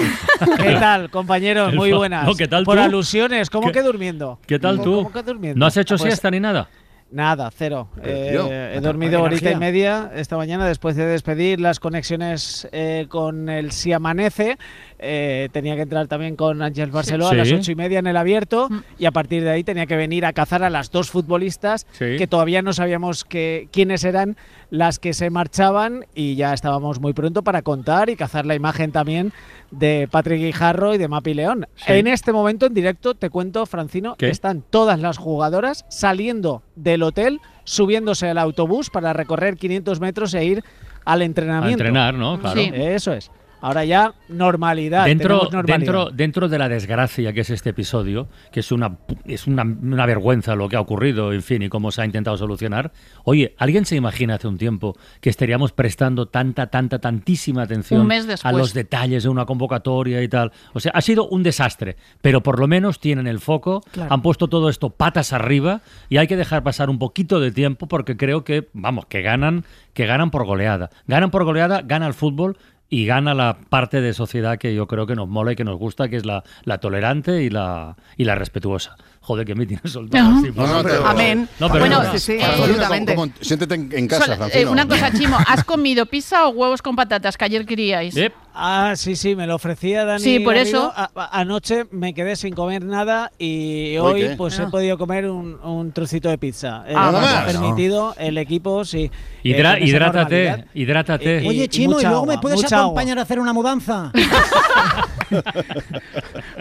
Speaker 22: ¿Qué tal, compañeros?
Speaker 11: El
Speaker 22: Muy
Speaker 11: fa-
Speaker 22: buenas.
Speaker 11: No, ¿qué tal
Speaker 22: Por
Speaker 11: tú?
Speaker 22: alusiones, ¿cómo
Speaker 11: ¿Qué-
Speaker 22: que durmiendo?
Speaker 11: ¿Qué tal
Speaker 22: ¿Cómo-
Speaker 11: tú?
Speaker 22: ¿Cómo que durmiendo?
Speaker 11: ¿No has hecho
Speaker 22: Ah, pues,
Speaker 11: siesta ni nada?
Speaker 22: Nada, cero. Eh,
Speaker 11: tío,
Speaker 22: he
Speaker 11: la
Speaker 22: dormido horita
Speaker 11: energía.
Speaker 22: y media esta mañana después de despedir las conexiones eh, con el Si Amanece. Eh, tenía que entrar también con Ángel Barceló
Speaker 11: Sí. Mm.
Speaker 22: a las ocho y media en el abierto y a partir de ahí tenía que venir a cazar a las dos futbolistas
Speaker 11: Sí.
Speaker 22: que todavía no sabíamos que- quiénes eran las que se marchaban y ya estábamos muy pronto para contar y cazar la imagen también de Patrick Guijarro y de Mapi León.
Speaker 11: Sí.
Speaker 22: En este momento en directo te cuento, Francino,
Speaker 11: ¿Qué?
Speaker 22: que están todas las jugadoras saliendo del hotel, subiéndose al autobús para recorrer 500 metros e ir al entrenamiento.
Speaker 11: A entrenar, ¿no? Claro. Sí.
Speaker 22: Eso es. Ahora ya normalidad.
Speaker 11: Dentro,
Speaker 22: tenemos normalidad.
Speaker 11: dentro, dentro de la desgracia que es este episodio, que es, una, pu- es una, una vergüenza lo que ha ocurrido, en fin, y cómo se ha intentado solucionar, oye, ¿alguien se imagina hace un tiempo que estaríamos prestando tanta, tanta, tantísima atención
Speaker 4: Un mes después.
Speaker 11: a los detalles de una convocatoria y tal? O sea, ha sido un desastre, pero por lo menos tienen el foco,
Speaker 4: Claro.
Speaker 11: han puesto todo esto patas arriba y hay que dejar pasar un poquito de tiempo porque creo que, vamos, que ganan, que ganan por goleada. Ganan por goleada, gana el fútbol y gana la parte de sociedad que yo creo que nos mola y que nos gusta, que es la, la tolerante y la, y la respetuosa. Joder, que me tienes soltado así.
Speaker 12: No, no, pero-
Speaker 4: Amén.
Speaker 11: No, pero-
Speaker 4: Bueno,
Speaker 12: Francino,
Speaker 4: sí, sí,
Speaker 12: Francino,
Speaker 4: absolutamente.
Speaker 12: ¿cómo- cómo- siéntete en, en casa,
Speaker 4: Sol- eh,
Speaker 12: Francino.
Speaker 4: una Eh, cosa, Chimo, ¿has comido pizza o huevos con patatas que ayer queríais?
Speaker 22: Ah, sí, sí, me lo ofrecía Dani.
Speaker 4: Sí, por
Speaker 22: Garrido.
Speaker 4: eso.
Speaker 22: A- a- anoche me quedé sin comer nada y
Speaker 4: ¿Hoy
Speaker 22: hoy
Speaker 4: qué?
Speaker 22: pues
Speaker 4: Ah.
Speaker 22: he podido comer un, un trocito de pizza. Eh,
Speaker 11: Ah,
Speaker 22: nos
Speaker 11: nada
Speaker 22: ha
Speaker 11: más.
Speaker 22: permitido el equipo, sí. Eh,
Speaker 11: Hidra-
Speaker 22: con esa
Speaker 11: hidrátate,
Speaker 22: normalidad.
Speaker 11: hidrátate.
Speaker 22: Y-
Speaker 11: Oye,
Speaker 22: y
Speaker 11: Chimo,
Speaker 22: mucha
Speaker 11: ¿y luego me
Speaker 22: agua,
Speaker 11: puedes
Speaker 22: mucha agua.
Speaker 8: acompañar a hacer una mudanza?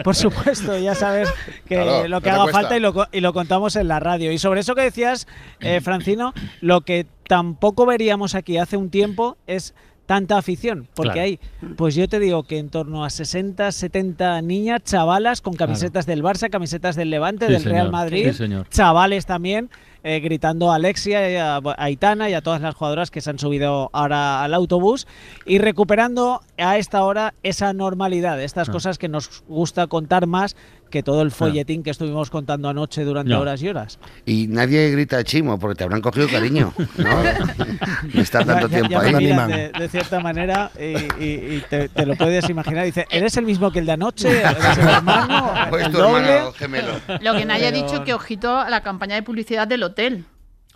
Speaker 22: Por supuesto, ya sabes que
Speaker 8: Claro,
Speaker 22: lo que
Speaker 8: no te
Speaker 22: haga
Speaker 8: cuesta.
Speaker 22: falta y lo, co- y lo contamos en la radio. Y sobre eso que decías, eh, Francino, lo que tampoco veríamos aquí hace un tiempo es tanta afición, porque
Speaker 11: Claro.
Speaker 22: hay, pues yo te digo que en torno a 60, 70 niñas, chavalas con camisetas del Barça, camisetas del Levante,
Speaker 11: Sí,
Speaker 22: del Real
Speaker 11: señor.
Speaker 22: Madrid,
Speaker 11: Sí, señor.
Speaker 22: chavales también, eh, gritando a Alexia, y a a Aitana y a todas las jugadoras que se han subido ahora al autobús y recuperando a esta hora esa normalidad, estas
Speaker 11: Ah.
Speaker 22: cosas que nos gusta contar más que todo el folletín que estuvimos contando anoche durante
Speaker 7: Ya.
Speaker 22: horas y horas.
Speaker 7: Y nadie grita chimo porque te habrán cogido cariño. ¿no? Y estar tanto
Speaker 22: Ya- ya
Speaker 7: tiempo
Speaker 22: me
Speaker 7: ahí.
Speaker 22: miran de, de cierta manera y, y- y te, te lo puedes imaginar. Dice, ¿eres el mismo que el de anoche? ¿Eres el hermano?
Speaker 7: Pues
Speaker 22: ¿El
Speaker 7: tu hermano
Speaker 22: doble?".
Speaker 7: gemelo.
Speaker 4: Lo que nadie ha
Speaker 22: Pero-
Speaker 4: dicho que ojito a la campaña de publicidad del hotel.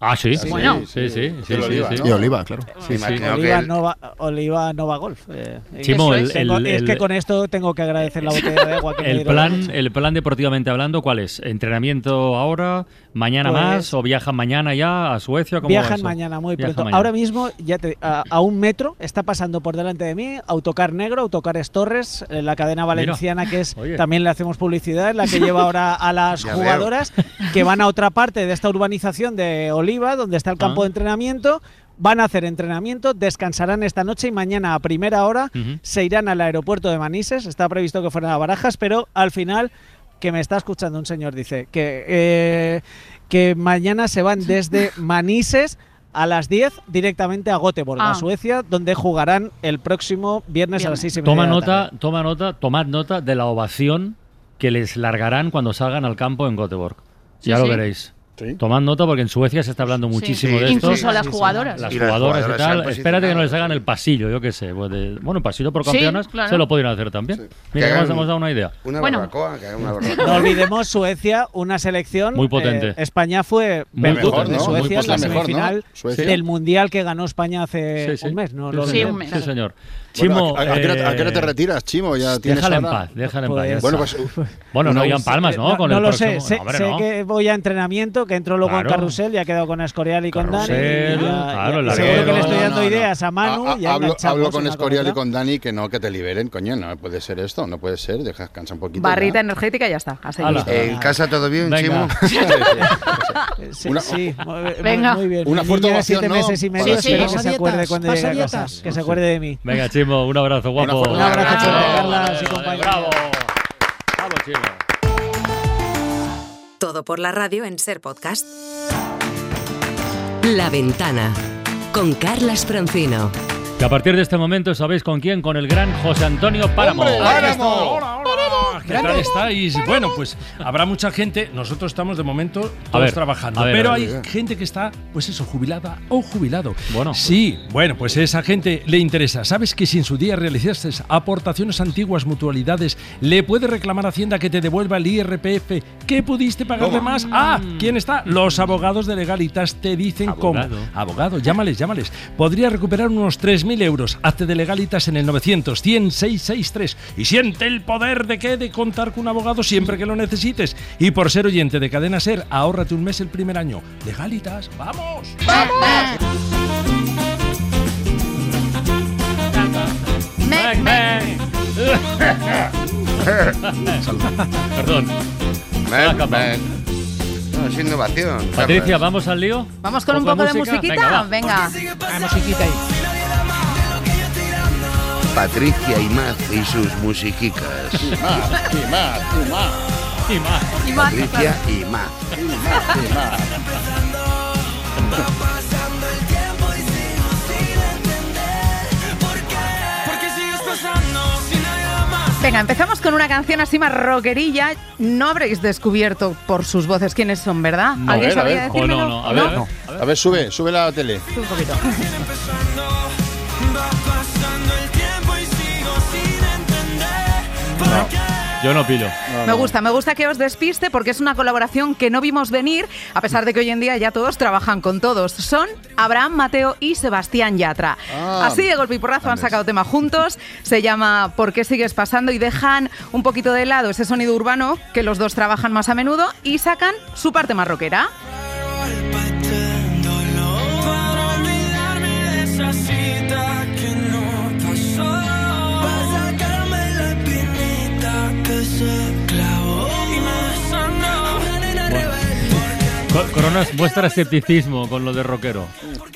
Speaker 11: Ah, sí.
Speaker 4: Sí, Bueno.
Speaker 11: sí, sí. sí,
Speaker 12: Y
Speaker 11: sí,
Speaker 12: Oliva,
Speaker 11: sí.
Speaker 12: ¿no? Y Oliva, claro.
Speaker 11: Sí, sí.
Speaker 22: Oliva, Nova, Oliva Nova Golf. eh.
Speaker 11: Chimo, el-
Speaker 22: Tengo-
Speaker 11: el-
Speaker 22: es que
Speaker 11: el-
Speaker 22: con esto tengo que agradecer la botella de agua que me
Speaker 11: El
Speaker 22: dieron
Speaker 11: plan, el plan deportivamente hablando, ¿cuál es? ¿Entrenamiento ahora? ¿Mañana
Speaker 22: Pues-
Speaker 11: más? ¿O viajan mañana ya a Suecia? ¿Cómo va
Speaker 22: Viajan
Speaker 11: eso?
Speaker 22: mañana, muy
Speaker 11: Viajan
Speaker 22: pronto.
Speaker 11: mañana.
Speaker 22: Ahora mismo, ya te- a, a un metro, está pasando por delante de mí Autocar Negro, Autocares Torres, eh, la cadena valenciana que es
Speaker 11: Oye.
Speaker 22: también le hacemos publicidad, es la que lleva ahora a las
Speaker 11: Ya
Speaker 22: jugadoras que van a otra parte de esta urbanización de Oliva, donde está el campo
Speaker 11: Ah.
Speaker 22: de entrenamiento. Van a hacer entrenamiento, descansarán esta noche y mañana a primera hora
Speaker 11: Ujú.
Speaker 22: se irán al aeropuerto de Manises. Está previsto que fueran a Barajas, pero al final que me está escuchando un señor dice que, eh, que mañana se van desde Manises a las 10 directamente a Göteborg,
Speaker 11: Ah.
Speaker 22: a Suecia, donde jugarán el próximo viernes, a
Speaker 11: Viernes.
Speaker 22: las 6 y media.
Speaker 11: Toma
Speaker 22: de la
Speaker 11: nota,
Speaker 22: tarde.
Speaker 11: toma nota, tomad nota de la ovación que les largarán cuando salgan al campo en Göteborg.
Speaker 4: Sí,
Speaker 11: ya lo
Speaker 4: sí.
Speaker 11: veréis. Tomad nota porque en Suecia se está hablando muchísimo de esto.
Speaker 4: Incluso a las jugadoras.
Speaker 11: Las
Speaker 4: Y las
Speaker 11: jugadoras y
Speaker 4: jugadoras se han
Speaker 11: tal.
Speaker 4: posicionado,
Speaker 11: Espérate que no les hagan el pasillo, yo qué sé. pues de- bueno, el pasillo por
Speaker 22: Sí,
Speaker 11: campeonas
Speaker 22: claro.
Speaker 11: se lo podrían hacer también.
Speaker 7: Que
Speaker 11: Mira,
Speaker 7: hagan
Speaker 11: nos hemos dado una idea.
Speaker 7: Una
Speaker 22: Bueno.
Speaker 7: barbacoa, que haga una barbacoa.
Speaker 22: No olvidemos Suecia, una selección
Speaker 11: Muy potente.
Speaker 22: eh, España fue
Speaker 11: Muy
Speaker 22: mejor
Speaker 11: potente,
Speaker 22: de
Speaker 11: ¿no? Muy
Speaker 22: Suecia en la
Speaker 11: potente. Mejor, ¿no?
Speaker 22: semifinal
Speaker 11: Suecia.
Speaker 22: del mundial que ganó España hace
Speaker 11: Sí, sí.
Speaker 22: un mes, no
Speaker 11: Sí,
Speaker 22: lo
Speaker 11: señor.
Speaker 22: olvidemos.
Speaker 11: Sí, señor.
Speaker 12: Bueno,
Speaker 11: Chimo,
Speaker 12: ¿a- a- a qué hora- a qué hora te
Speaker 11: eh,
Speaker 12: retiras, Chimo? Ya tienes
Speaker 11: déjala en
Speaker 12: ahora-
Speaker 11: paz, déjala en paz. ya
Speaker 12: Bueno,
Speaker 11: está.
Speaker 12: pues,
Speaker 11: bueno,
Speaker 12: una-
Speaker 11: no digan palmas, ¿no? Con
Speaker 22: eh, no
Speaker 11: el
Speaker 22: lo
Speaker 11: próximo.
Speaker 22: sé, sé,
Speaker 11: no, hombre,
Speaker 22: sé
Speaker 11: no.
Speaker 22: que voy a entrenamiento, que entro luego
Speaker 11: Claro.
Speaker 22: en carrusel, ya he quedado con Escorial y con
Speaker 11: Carrusel,
Speaker 22: Dani. y ya-
Speaker 11: claro,
Speaker 22: y
Speaker 11: el
Speaker 22: seguro que
Speaker 11: larguero.
Speaker 22: le estoy
Speaker 11: No,
Speaker 22: dando
Speaker 11: no, no.
Speaker 22: ideas a Manu.
Speaker 12: Ah,
Speaker 22: ya
Speaker 12: hablo,
Speaker 22: enganchamos
Speaker 12: hablo con
Speaker 22: una
Speaker 12: Escorial y
Speaker 22: otra.
Speaker 12: con Dani que no, que te liberen, coño, no puede ser esto, no puede ser, deja cansa un poquito.
Speaker 3: Barrita energética y ya está. a seguir.
Speaker 7: Eh, En casa todo bien,
Speaker 12: Venga.
Speaker 7: chimo.
Speaker 22: Sí,
Speaker 7: Una-
Speaker 22: sí, muy- muy-
Speaker 3: Venga.
Speaker 22: muy bien.
Speaker 7: Una
Speaker 22: Mi
Speaker 7: fuerte
Speaker 22: niña de siete
Speaker 7: ovación, ¿no?
Speaker 22: meses y medio,
Speaker 7: Para
Speaker 22: espero
Speaker 7: Chimo.
Speaker 22: que se acuerde cuando
Speaker 8: Pasa
Speaker 22: llegue a casa,
Speaker 8: dietas.
Speaker 22: que se acuerde de mí.
Speaker 11: Venga, Chimo, un abrazo guapo.
Speaker 22: Un abrazo, Carlas y
Speaker 11: Bravo,
Speaker 22: compañía.
Speaker 11: bravo. Bravo, Chimo.
Speaker 1: Todo por la radio en Ser Podcast.
Speaker 21: La Ventana con Carlas Francino.
Speaker 11: Que a partir de este momento sabéis con quién, con el gran José Antonio Páramo.
Speaker 23: ¡Hombre,
Speaker 11: Ahí
Speaker 23: Páramo!
Speaker 11: está.
Speaker 23: ¿Qué tal estáis? Bueno, pues habrá mucha gente. Nosotros estamos de momento todos
Speaker 11: ver,
Speaker 23: trabajando.
Speaker 11: a ver,
Speaker 23: pero
Speaker 11: a ver,
Speaker 23: hay
Speaker 11: a ver.
Speaker 23: gente que está, pues eso, jubilada o jubilado. Bueno. Sí, bueno, pues a esa gente le interesa. ¿Sabes que si en su día realizaste aportaciones antiguas mutualidades, le puede reclamar a Hacienda que te devuelva el IRPF que pudiste pagar de
Speaker 11: ¿Cómo?
Speaker 23: más? Ah, ¿quién está? Los abogados de legalitas te dicen
Speaker 11: Abogado.
Speaker 23: cómo. Abogado, llámales, llámales. Podría recuperar unos 3.000 euros. Hazte de legalitas en el 900 100 663 y siente el poder de que de contar con un abogado siempre que lo necesites. Y por ser oyente de Cadena Ser, ahórrate un mes el primer año. Legalitas, vamos.
Speaker 11: Perdón.
Speaker 7: Ven, ven. No, es innovación.
Speaker 11: Patricia, ¿vamos al lío?
Speaker 3: Vamos con un poco de musiquita. Venga.
Speaker 11: musiquita ahí.
Speaker 7: Patricia Imaz y sus musiquicas.
Speaker 12: Imaz, Imaz, Imaz.
Speaker 11: Imaz.
Speaker 7: Patricia Imaz.
Speaker 3: Venga, empezamos con una canción así más rockerilla. No habréis descubierto por sus voces quiénes son, ¿verdad?
Speaker 12: No,
Speaker 3: ¿Alguien
Speaker 12: a ver, a
Speaker 3: sabría
Speaker 12: ver. Oh,
Speaker 3: decírmelo?
Speaker 12: no, no, a ver, no. A ver, sube, sube la tele.
Speaker 3: Tú un poquito.
Speaker 11: Yo no pilo.
Speaker 3: Me gusta, me gusta que os despiste porque es una colaboración que no vimos venir, a pesar de que hoy en día ya todos trabajan con todos. Son Abraham, Mateo y Sebastián Yatra.
Speaker 6: Ah,
Speaker 3: Así de golpe y porrazo han sacado tema juntos, se llama ¿Por qué sigues pasando? y dejan un poquito de lado ese sonido urbano que los dos trabajan más a menudo y sacan su parte más rockera.
Speaker 6: Para olvidarme de esa cita que no pasó Para sacarme la espinita que se clavó Y me desandó
Speaker 11: Co- Corona muestra escepticismo con lo de rockero.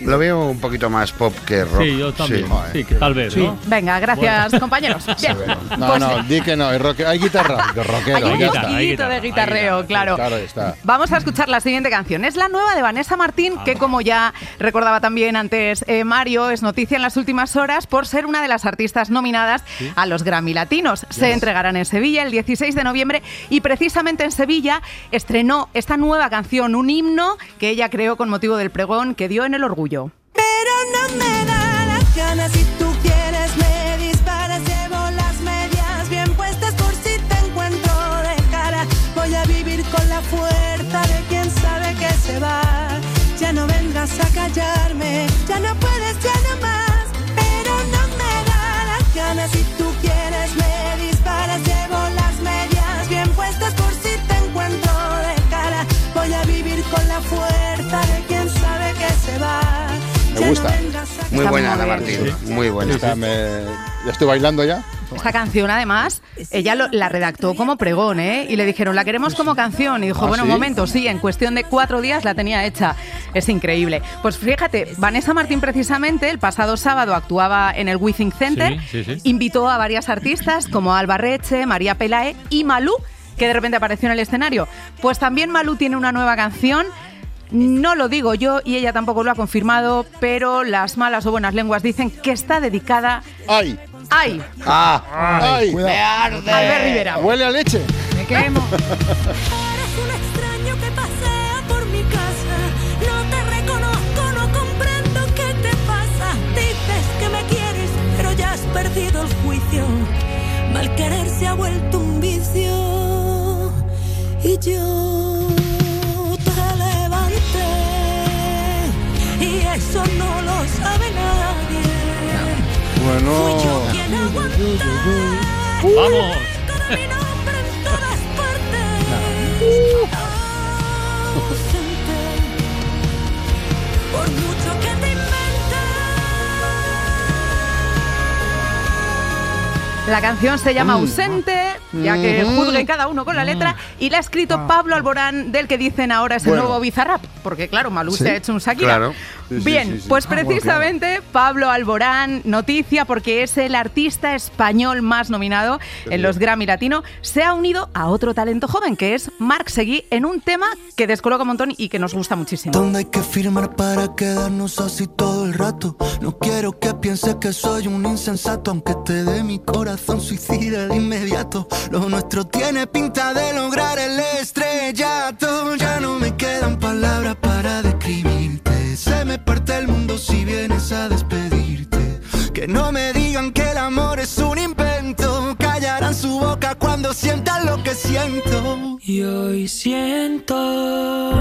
Speaker 7: Lo veo un poquito más pop que rock.
Speaker 11: Sí, yo también.
Speaker 7: joder.
Speaker 11: Sí, que tal vez,
Speaker 7: Sí.
Speaker 11: ¿no?
Speaker 3: Venga, gracias compañeros. Bien.
Speaker 12: No,
Speaker 3: Pues,
Speaker 12: no, di que no, es rock- hay guitarra. de
Speaker 3: Hay
Speaker 12: rockero,
Speaker 3: un
Speaker 12: ya está.
Speaker 3: poquito de guitarreo, claro.
Speaker 12: Claro, está.
Speaker 3: Vamos a escuchar la siguiente canción. Es la nueva de Vanessa Martín, que como ya recordaba también antes eh, Mario, es noticia en las últimas horas por ser una de las artistas nominadas
Speaker 6: Sí.
Speaker 3: a los Grammy Latinos. Se entregarán en Sevilla el 16 de noviembre y precisamente en Sevilla estrenó esta nueva canción, un himno que ella creó con motivo del pregón que dio en el orgullo.
Speaker 6: Pero no me da las ganas Si tú quieres me disparas Llevo las medias bien puestas Por si te encuentro de cara Voy a vivir con la fuerza De quien sabe que se va Ya no vengas a callarme Ya no puedes, ya no más Pero no me da las ganas Si tú quieres me disparas Llevo las medias bien puestas Por si te encuentro de cara Voy a vivir con la fuerza De quien sabe que se va
Speaker 12: Me gusta.
Speaker 7: Muy buena, Ana Martín. Muy buena.
Speaker 12: Está, me- ¿Ya estoy bailando ya?
Speaker 3: Esta canción, además, ella lo- la redactó como pregón, ¿eh? Y le dijeron, la queremos como canción. Y dijo,
Speaker 12: ¿Ah,
Speaker 3: bueno, un
Speaker 12: sí?
Speaker 3: momento, sí, en cuestión de cuatro días la tenía hecha. Es increíble. Pues fíjate, Vanessa Martín, precisamente, el pasado sábado actuaba en el Withing Center,
Speaker 6: Sí, sí, sí.
Speaker 3: invitó a varias artistas como Alba Reche, María Pelae y Malú, que de repente apareció en el escenario. Pues también Malú tiene una nueva canción. No lo digo yo y ella tampoco lo ha confirmado, pero las malas o buenas lenguas dicen que está dedicada.
Speaker 12: ¡Ay!
Speaker 3: ¡Ay!
Speaker 12: ¡Ah!
Speaker 3: Ay,
Speaker 12: ¡Ay!
Speaker 3: cuidado. me arde. Albert Rivera.
Speaker 12: ¡Huele a leche! ¿Eh?
Speaker 3: Me quemo.
Speaker 6: extraño que pasea por mi casa. No te reconozco, no comprendo qué te pasa. Dices que me quieres, pero ya has perdido el juicio. Mal querer se ha vuelto un vicio. Y yo te levanté. Y eso no lo sabe nadie.
Speaker 12: Bueno.
Speaker 6: Quien aguanta
Speaker 11: ¡Vamos!
Speaker 6: ausente. Por mucho que te
Speaker 3: La canción se llama Ausente, ya que
Speaker 6: Mm. Ah.
Speaker 3: juzguen cada uno con la letra, y la ha escrito Pablo Alborán, del que dicen ahora es el
Speaker 6: Bueno.
Speaker 3: nuevo Bizarrap, porque claro, Malú
Speaker 6: Sí,
Speaker 3: se ha hecho un Shakira.
Speaker 6: claro. Sí, sí,
Speaker 3: Bien,
Speaker 6: sí, sí.
Speaker 3: pues
Speaker 6: Ah, bueno,
Speaker 3: precisamente Pablo Alborán, noticia porque es el artista español más nominado en los Grammy Latino, se ha unido a otro talento joven, que es Marc Seguí, en un tema que descoloca un montón y que nos gusta muchísimo.
Speaker 6: ¿Dónde hay que firmar para quedarnos así todo el rato? No quiero que pienses que soy un insensato, aunque te dé mi corazón suicida de inmediato. Lo nuestro tiene pinta de lograr el estrellato. Ya no me quedan palabras para describirte. Se me parte el mundo si vienes a despedirte. Que no me digan que el amor es un invento. Callarán su boca cuando sientan lo que siento. Y hoy siento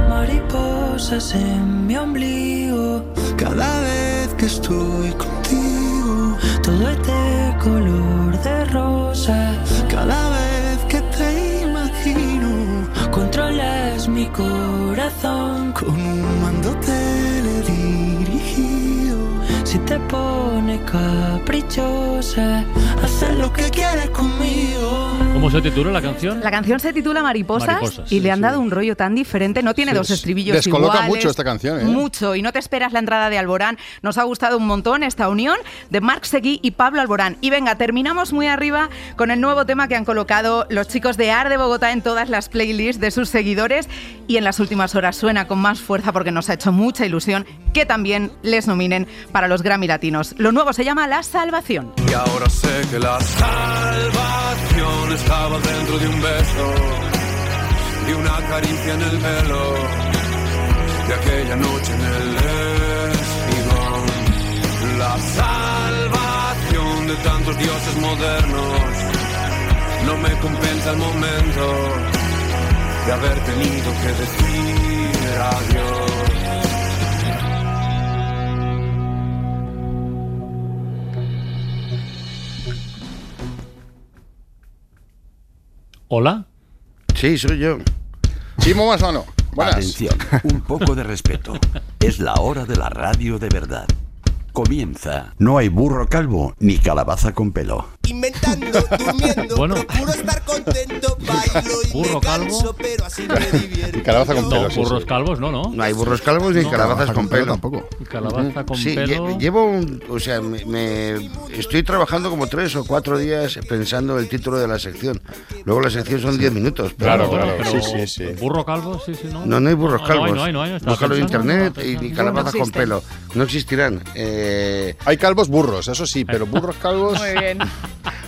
Speaker 6: mariposas en mi ombligo. Cada vez que estoy contigo, todo es de color de rosa. Cada vez que te imagino, controlas mi corazón con un mando teledirigido. Si
Speaker 9: te pone caprichosa. Hacer lo que quieres conmigo.
Speaker 11: ¿Cómo se titula la canción?
Speaker 3: La canción se titula Mariposas,
Speaker 11: Mariposas,
Speaker 3: y le han dado un rollo tan diferente. No tiene
Speaker 12: Sí,
Speaker 3: dos
Speaker 12: es-
Speaker 3: estribillos
Speaker 12: descoloca
Speaker 3: iguales,
Speaker 12: mucho esta canción, ¿eh?
Speaker 3: Mucho. Y no te esperas la entrada de Alborán. Nos ha gustado un montón esta unión de Marc Seguí y Pablo Alborán. Y venga, terminamos muy arriba con el nuevo tema que han colocado los chicos de AR de Bogotá en todas las playlists de sus seguidores. Y en las últimas horas suena con más fuerza porque nos ha hecho mucha ilusión que también les nominen para los Grammy Latinos. Lo nuevo se llama La Salvación.
Speaker 10: Y ahora sé que la salvación estaba dentro de un beso, de una caricia en el pelo, de aquella noche en el espigón. La salvación de tantos dioses modernos no me compensa el momento de haber tenido que decir adiós.
Speaker 11: ¿Hola?
Speaker 7: Sí, soy yo.
Speaker 12: Chimo Masano. Buenas.
Speaker 17: Atención, un poco de respeto. Es la hora de la radio de verdad. Comienza. No hay burro calvo ni calabaza con pelo.
Speaker 9: Inventando, durmiendo, procuro estar contento, bailo y
Speaker 11: Burro
Speaker 9: me canso,
Speaker 11: calvo.
Speaker 9: pero así me divierto.
Speaker 11: No, burros calvos no, ¿no?
Speaker 7: No hay burros calvos ni
Speaker 11: No.
Speaker 7: calabazas con pelo.
Speaker 11: tampoco. Calabaza con
Speaker 7: Sí, lle-
Speaker 11: pelo.
Speaker 7: llevo un. O sea, me, me- estoy trabajando como tres o cuatro días pensando el título de la sección. Luego la sección son diez minutos. pero-
Speaker 11: Claro, claro, pero Burro calvo, sí, sí, no.
Speaker 7: No, no hay burros
Speaker 11: No, no hay,
Speaker 7: calvos.
Speaker 11: no hay, no hay, estaba
Speaker 7: Búscalo en
Speaker 11: pensando,
Speaker 7: internet
Speaker 11: estaba
Speaker 7: y ni
Speaker 11: pensando.
Speaker 7: calabazas
Speaker 11: No
Speaker 7: con
Speaker 11: existen.
Speaker 7: pelo. No existirán. Eh,
Speaker 12: Hay calvos burros, eso sí, pero burros calvos.
Speaker 3: Muy bien.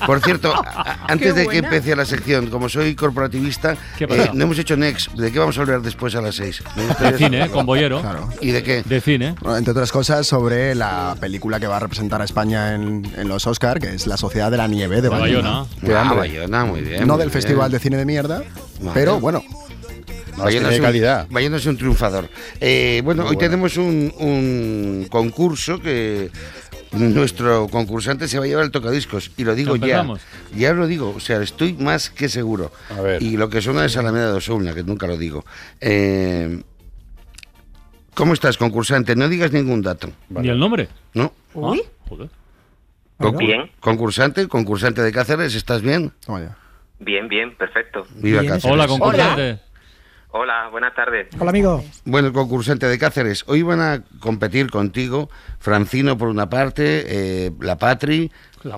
Speaker 7: Por cierto, a- a- antes de
Speaker 12: Qué
Speaker 7: que
Speaker 12: buena.
Speaker 7: empiece la sección, como soy corporativista,
Speaker 11: pasa?
Speaker 7: eh, no hemos hecho Next. ¿De qué vamos a hablar después a las seis? Me gustaría
Speaker 11: De cine,
Speaker 7: saberlo.
Speaker 11: ¿eh? con boyero. ¿Ah?
Speaker 7: ¿Y de qué?
Speaker 11: De cine.
Speaker 13: Bueno, entre otras cosas, sobre la película que va a representar a España en, en los Oscar, que es La Sociedad de la Nieve de,
Speaker 11: De Bayona.
Speaker 13: Qué
Speaker 7: Ah,
Speaker 13: hambre.
Speaker 7: Bayona, muy bien.
Speaker 13: no
Speaker 7: muy
Speaker 13: del
Speaker 7: bien.
Speaker 13: Festival de Cine de Mierda,
Speaker 7: Vale.
Speaker 13: pero bueno,
Speaker 7: Bayona
Speaker 13: tiene
Speaker 7: es un-
Speaker 13: calidad.
Speaker 7: Bayona es un triunfador. Eh, bueno,
Speaker 13: Muy
Speaker 7: hoy
Speaker 13: buena.
Speaker 7: tenemos un, un concurso que nuestro concursante se va a llevar el tocadiscos. Y lo digo ya.
Speaker 11: empezamos?
Speaker 7: Ya lo digo, o sea, estoy más que seguro. Y lo que suena es Alameda de Osuna, que nunca lo digo. Eh, ¿Cómo estás, concursante? No digas ningún dato.
Speaker 11: Ni el nombre.
Speaker 7: No.
Speaker 11: Uy. Joder.
Speaker 7: Concu-
Speaker 24: Bien.
Speaker 7: Concursante, concursante de Cáceres, ¿estás bien?
Speaker 24: Bien, bien, perfecto.
Speaker 7: Viva Cáceres. Hola, concursante.
Speaker 24: Hola, buenas tardes.
Speaker 8: Hola, amigo.
Speaker 7: Bueno, el concursante de Cáceres, hoy van a competir contigo Francino por una parte, eh, La Patri,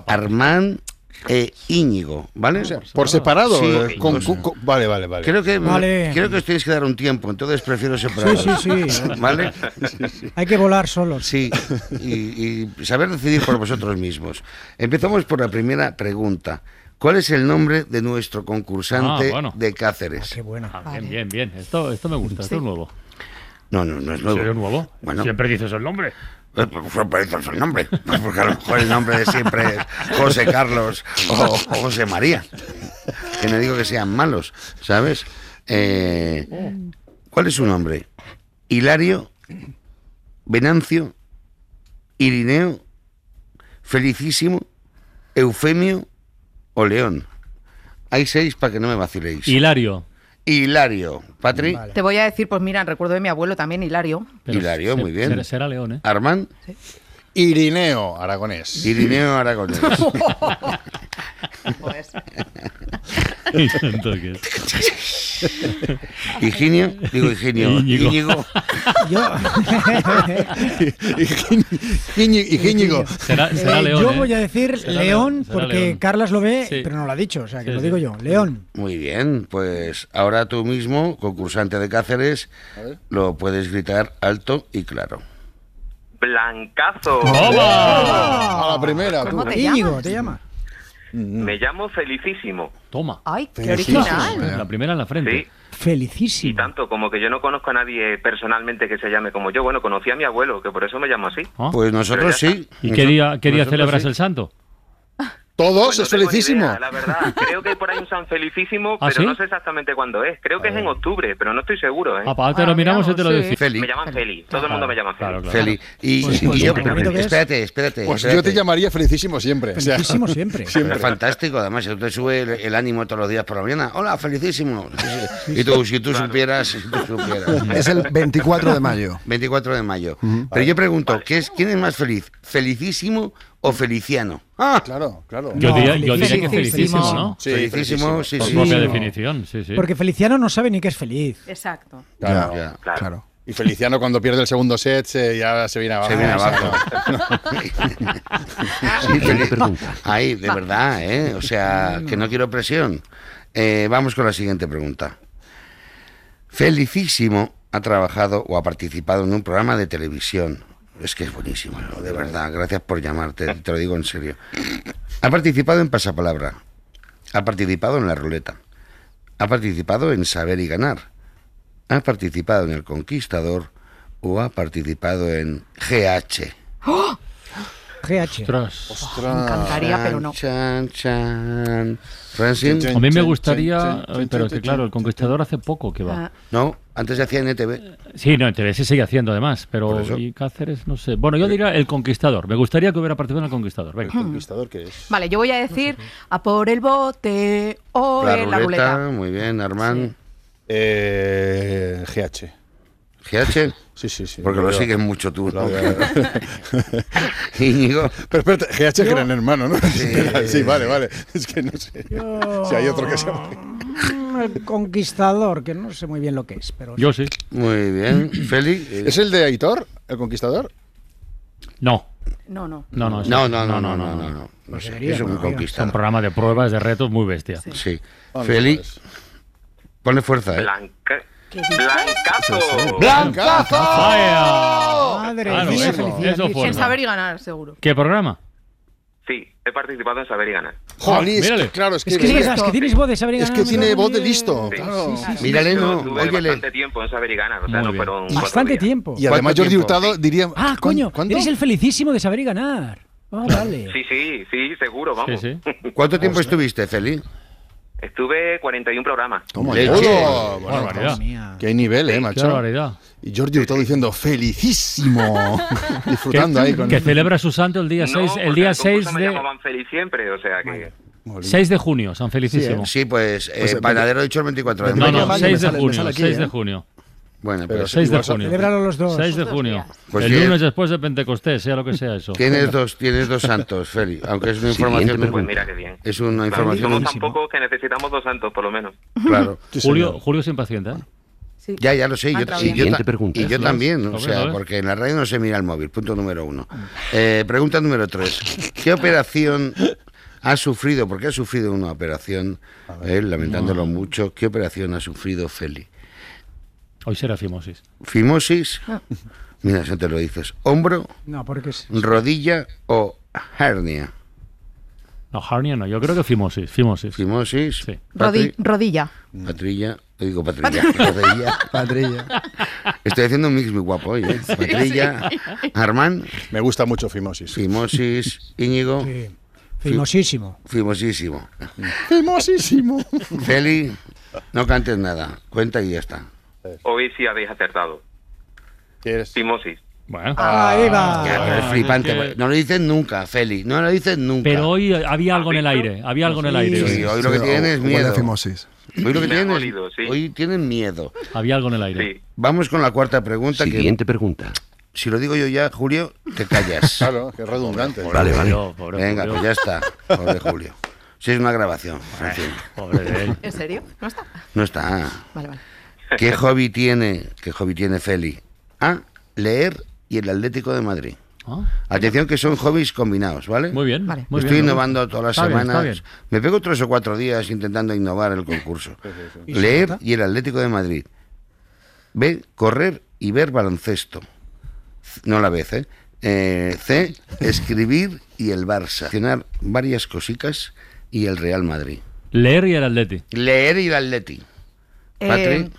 Speaker 7: Armán e Íñigo, ¿vale?
Speaker 12: por separado,
Speaker 7: Sí,
Speaker 12: eh, con-
Speaker 7: o sea,
Speaker 12: con- con- vale, vale, vale.
Speaker 7: Creo que,
Speaker 8: Vale.
Speaker 7: creo que os tenéis que dar un tiempo, entonces prefiero separar.
Speaker 8: Sí, sí, sí.
Speaker 7: ¿Vale?
Speaker 8: Hay que volar solos.
Speaker 7: Sí, y, y saber decidir por vosotros mismos. Empezamos por la primera pregunta. ¿Cuál es el nombre de nuestro concursante
Speaker 11: Ah, bueno.
Speaker 7: de Cáceres?
Speaker 11: Ah, bien, bien, bien. Esto, esto me gusta, esto es nuevo.
Speaker 7: No, no, no es nuevo.
Speaker 11: ¿Sería nuevo?
Speaker 7: Bueno.
Speaker 11: Siempre dices el nombre.
Speaker 7: Eh, pues, Por eso es el nombre, porque a lo mejor el nombre de siempre es José Carlos o, o José María. Que no digo que sean malos, ¿sabes? Eh, ¿Cuál es su nombre? Hilario, Venancio, Irineo, Felicísimo, Eufemio o León. Hay seis para que no me vaciléis.
Speaker 11: Hilario.
Speaker 7: Hilario, Patri,
Speaker 3: Te voy a decir, pues mira, el recuerdo de mi abuelo también, Hilario.
Speaker 7: Hilario,
Speaker 11: se-
Speaker 7: muy bien.
Speaker 11: será- será León, ¿eh?
Speaker 7: Armán.
Speaker 12: Irineo Aragonés.
Speaker 7: Irineo Aragonés.
Speaker 12: Pues.
Speaker 7: Pues. Higinio, digo Higinio,
Speaker 11: Íñigo.
Speaker 7: Íñigo.
Speaker 12: Y Íñigo.
Speaker 11: Será, será
Speaker 8: Eh,
Speaker 11: León.
Speaker 8: yo
Speaker 11: ¿eh?
Speaker 8: voy a decir
Speaker 11: Será
Speaker 8: León
Speaker 11: León, será
Speaker 8: porque
Speaker 11: León.
Speaker 8: Carlas lo ve,
Speaker 11: Sí.
Speaker 8: pero no lo ha dicho, o sea que
Speaker 11: Sí,
Speaker 8: lo
Speaker 11: sí.
Speaker 8: digo yo. León.
Speaker 7: Muy bien, pues ahora tú mismo, concursante de Cáceres, lo puedes gritar alto y claro.
Speaker 24: Blancazo.
Speaker 12: A la primera, tú. Mm.
Speaker 8: ¿Cómo te Íñigo, llamas? te llama?
Speaker 24: Me llamo Felicísimo.
Speaker 11: Toma.
Speaker 8: Ay,
Speaker 11: Sí, sí, sí, sí. La primera en la frente.
Speaker 8: Felicísimo.
Speaker 24: Tanto como que yo no conozco a nadie personalmente que se llame como yo. Bueno, conocí a mi abuelo, que por eso me llamo así.
Speaker 11: Ah.
Speaker 7: Pues nosotros sí.
Speaker 11: ¿Y qué día, qué día
Speaker 24: Nosotros
Speaker 11: celebras
Speaker 24: sí.
Speaker 11: el santo?
Speaker 12: Todos,
Speaker 24: Pues no
Speaker 12: es
Speaker 24: tengo ni
Speaker 12: felicísimo.
Speaker 24: idea, la verdad, creo que hay por ahí un San Felicísimo,
Speaker 12: ¿Ah,
Speaker 24: pero
Speaker 12: sí?
Speaker 24: no sé exactamente cuándo es. Creo que es en
Speaker 12: Oh.
Speaker 24: octubre, pero no estoy seguro. ¿eh?
Speaker 11: Ah, pa, ahora te lo miramos y te lo decimos.
Speaker 24: Me llaman Feli. Todo el mundo me llama Feli.
Speaker 7: Feli. Y,
Speaker 12: Pues,
Speaker 7: y
Speaker 12: pues,
Speaker 7: yo,
Speaker 12: lo bonito que es.
Speaker 7: espérate, espérate.
Speaker 12: Pues yo
Speaker 7: espérate.
Speaker 12: te llamaría felicísimo siempre. o sea,
Speaker 7: Felicísimo
Speaker 8: siempre.
Speaker 12: siempre.
Speaker 7: Es fantástico, además, eso te sube el, el ánimo todos los días por la mañana. Hola, felicísimo. Y tú, si tú supieras, si tú supieras.
Speaker 13: Es el 24 de mayo.
Speaker 7: 24 de mayo. Pero yo pregunto, ¿qué es, ¿quién es más feliz? ¿Felicísimo o feliciano? Ah,
Speaker 12: claro, claro.
Speaker 11: Yo diría- yo diría que felicísimo, ¿no?
Speaker 7: Sí, felicísimo, sí,
Speaker 11: Por
Speaker 7: sí.
Speaker 11: propia definición, sí, sí.
Speaker 8: Porque Feliciano no sabe ni que es feliz.
Speaker 3: Exacto.
Speaker 12: Claro,
Speaker 7: Ya,
Speaker 12: claro. Y Feliciano cuando pierde el segundo set se- ya se viene abajo.
Speaker 7: Se viene abajo. Sí, Feli-
Speaker 12: pregunta.
Speaker 7: Ay, de verdad, ¿eh? O sea, que no quiero presión. Eh, vamos con la siguiente pregunta. Felicísimo ha trabajado o ha participado en un programa de televisión. Es que es buenísimo, ¿no? de verdad. Gracias por llamarte, te lo digo en serio. Ha participado en Pasapalabra. Ha participado en La Ruleta. Ha participado en Saber y Ganar. Ha participado en El Conquistador. O ha participado en GH.
Speaker 8: GH.
Speaker 7: Me
Speaker 8: encantaría, pero no.
Speaker 7: Chan, chan. Francine.
Speaker 11: A mí me gustaría, eh, pero que claro, el Conquistador hace poco que va.
Speaker 7: No, antes se hacía en E ETV.
Speaker 11: Sí, no, en TV se sigue haciendo además,
Speaker 7: Por
Speaker 11: pero
Speaker 7: eso.
Speaker 11: y Cáceres, no sé. Bueno, yo diría El Conquistador. Me gustaría que hubiera participado en El Conquistador. Venga.
Speaker 12: Conquistador qué es?
Speaker 3: Vale, yo voy a decir a por el bote o
Speaker 7: La
Speaker 3: en
Speaker 7: ruleta,
Speaker 3: la ruleta.
Speaker 7: Ah, muy bien, Armán.
Speaker 12: Eh, GH.
Speaker 7: GH.
Speaker 12: Sí, sí, sí.
Speaker 7: Porque lo
Speaker 12: Yo-
Speaker 7: sigues mucho tú, ¿no?
Speaker 12: Lo veo.
Speaker 7: Íñigo.
Speaker 12: Pero espérate, GH es gran hermano, ¿no? Espera, Sí, vale, vale. Es que no sé.
Speaker 8: Yo-
Speaker 12: Si hay otro que se llama.
Speaker 8: Mm, El conquistador, que no sé muy bien lo que es, pero.
Speaker 11: Yo sí.
Speaker 7: Muy bien. eh, Félix.
Speaker 12: ¿Es el de Aitor, el conquistador?
Speaker 11: No,
Speaker 3: No, no.
Speaker 11: no, no.
Speaker 7: No, no, no, no, no, no, no. No
Speaker 8: Pues
Speaker 7: sé,
Speaker 11: Debería,
Speaker 7: eso es un
Speaker 11: bueno, Es un
Speaker 7: conquistador.
Speaker 11: programa de pruebas, de retos muy bestia.
Speaker 7: Sí.
Speaker 11: Vamos,
Speaker 7: Félix. Ponle fuerza, ¿eh?
Speaker 24: Blanca... Blancazo.
Speaker 7: ¡Blancazo!
Speaker 24: Madre
Speaker 11: Claro,
Speaker 24: mía,
Speaker 11: eso,
Speaker 24: felicidades.
Speaker 11: eso
Speaker 24: Sin
Speaker 11: forma.
Speaker 24: saber-
Speaker 4: y ganar, seguro.
Speaker 11: ¿Qué programa?
Speaker 24: Sí, he participado en Saber y Ganar.
Speaker 12: Jolín, es que-
Speaker 11: mírale.
Speaker 12: claro, es que.
Speaker 24: Es que
Speaker 8: Digas, que tienes voz de saber
Speaker 12: Es que tiene voz de listo. Claro.
Speaker 24: De hecho, Tuve bastante tiempo en Saber y Ganar. O sea,
Speaker 12: Muy
Speaker 24: no
Speaker 12: bien.
Speaker 24: fueron cuatro
Speaker 8: Bastante
Speaker 24: días.
Speaker 8: tiempo.
Speaker 12: Y además Jordi Hurtado diría.
Speaker 8: Ah, coño,
Speaker 12: ¿cuánto?
Speaker 8: eres el felicísimo de saber y ganar. Ah, vale.
Speaker 24: Sí, sí, sí, seguro, vamos.
Speaker 7: ¿Cuánto tiempo estuviste, Félix?
Speaker 24: Estuve 41 programas.
Speaker 7: Leche.
Speaker 12: Todo.
Speaker 7: Qué
Speaker 12: Bueno,
Speaker 7: barbaridad.
Speaker 12: vamos, Qué nivel, eh, macho.
Speaker 11: barbaridad.
Speaker 12: Y Jordi Hurtado diciendo felicísimo. Disfrutando
Speaker 11: que,
Speaker 12: ahí con
Speaker 11: que celebra su santo el día 6, el día 6
Speaker 24: Me
Speaker 11: de,
Speaker 24: llamaban Feli siempre, o sea que...
Speaker 11: 6 de junio, San Felicísimo.
Speaker 7: Sí, pues, eh,
Speaker 11: Pues, eh,
Speaker 7: panadero dicho el 24 de
Speaker 11: No,
Speaker 7: mayo.
Speaker 11: no, 6 de junio, 6 de junio.
Speaker 7: Bueno,
Speaker 11: ¿eh? Pero
Speaker 7: pues
Speaker 11: 6 de
Speaker 7: igual son-
Speaker 11: junio.
Speaker 8: Celébralo los dos.
Speaker 11: 6 de
Speaker 8: Los
Speaker 11: junio.
Speaker 7: Pues
Speaker 11: el
Speaker 7: bien.
Speaker 11: lunes después de Pentecostés, sea lo que sea eso.
Speaker 7: Tienes dos, tienes dos santos, Félix, aunque es una
Speaker 11: Siguiente
Speaker 7: información...
Speaker 11: pregunta.
Speaker 24: Pues mira qué bien.
Speaker 7: Es una
Speaker 24: Claro, somos
Speaker 7: información...
Speaker 24: tan pocos que necesitamos dos santos, por lo menos.
Speaker 7: Claro.
Speaker 11: Julio, Julio se impacienta. ¿eh?
Speaker 7: Ya, ya lo sé.
Speaker 11: Ah,
Speaker 7: Yo,
Speaker 24: Otra vez.
Speaker 7: y, yo,
Speaker 11: Siguiente
Speaker 7: ta-
Speaker 11: pregunta.
Speaker 7: y yo
Speaker 11: Eso es.
Speaker 7: también,
Speaker 11: Lo
Speaker 7: o
Speaker 11: ves,
Speaker 7: sea,
Speaker 11: lo ves.
Speaker 7: porque en la radio no se mira el móvil. Punto número uno. Eh, pregunta número tres. ¿Qué operación ha sufrido, porque ha sufrido una operación, eh, lamentándolo mucho, ¿qué operación ha sufrido Feli?
Speaker 11: Hoy será fimosis.
Speaker 7: ¿Fimosis? Mira, eso te lo dices. ¿Hombro,
Speaker 8: No, porque es.
Speaker 7: rodilla o hernia?
Speaker 11: No, hernia no, yo creo que fimosis. Fimosis.
Speaker 7: Fimosis.
Speaker 3: Rodi- rodilla.
Speaker 7: Mm. Patrilla, digo patrilla, patrilla, patrilla. Estoy haciendo un mix muy guapo hoy, ¿eh? Patrilla, Armán.
Speaker 12: Me gusta mucho Fimosis.
Speaker 7: Fimosis, Íñigo.
Speaker 8: Fimosísimo.
Speaker 7: Fimosísimo.
Speaker 12: Fimosísimo.
Speaker 7: Feli, no cantes nada, cuenta y ya está.
Speaker 24: Hoy sí habéis acertado. Timosis.
Speaker 11: Bueno.
Speaker 24: Ahí va.
Speaker 7: Ya, pero es flipante.
Speaker 11: Ah. es que-
Speaker 7: No lo dices nunca, Feli, no lo dices nunca.
Speaker 11: Pero hoy había algo en el aire. Había algo en el aire.
Speaker 7: Sí, hoy lo que
Speaker 13: Sí,
Speaker 7: tienes es
Speaker 13: huele a
Speaker 7: miedo.
Speaker 13: fimosis.
Speaker 7: Hoy lo que
Speaker 13: Me ha
Speaker 7: tienes, hoy tienen miedo.
Speaker 11: Había algo en el aire.
Speaker 7: Vamos con la cuarta pregunta.
Speaker 17: Siguiente
Speaker 7: pregunta. Si lo digo yo ya, Julio, te callas.
Speaker 12: Claro, que es redundante.
Speaker 7: Vale, vale.
Speaker 11: Julio, pobre
Speaker 7: Venga,
Speaker 11: Julio.
Speaker 7: pues ya está. Pobre Julio. Si es una grabación, en fin.
Speaker 11: Pobre de él.
Speaker 3: ¿En serio? ¿No está?
Speaker 7: No está.
Speaker 3: Vale, vale.
Speaker 7: ¿Qué hobby tiene, qué hobby tiene Feli? A, leer y el Atlético de Madrid.
Speaker 11: Ah.
Speaker 7: Atención que son hobbies combinados, ¿vale?
Speaker 11: Muy bien. Muy
Speaker 7: Estoy
Speaker 11: bien,
Speaker 7: innovando todas las
Speaker 11: Está bien,
Speaker 7: semanas.
Speaker 11: está bien.
Speaker 7: Me pego tres o cuatro días intentando innovar el concurso. Leer y el Atlético de Madrid. B, correr y ver baloncesto. C- No la vez, ¿eh? Eh, C, escribir y el Barça. Mencionar varias cositas y el Real Madrid.
Speaker 11: Leer y el Atleti.
Speaker 7: Leer y el Atleti.
Speaker 3: Eh,
Speaker 7: Patri.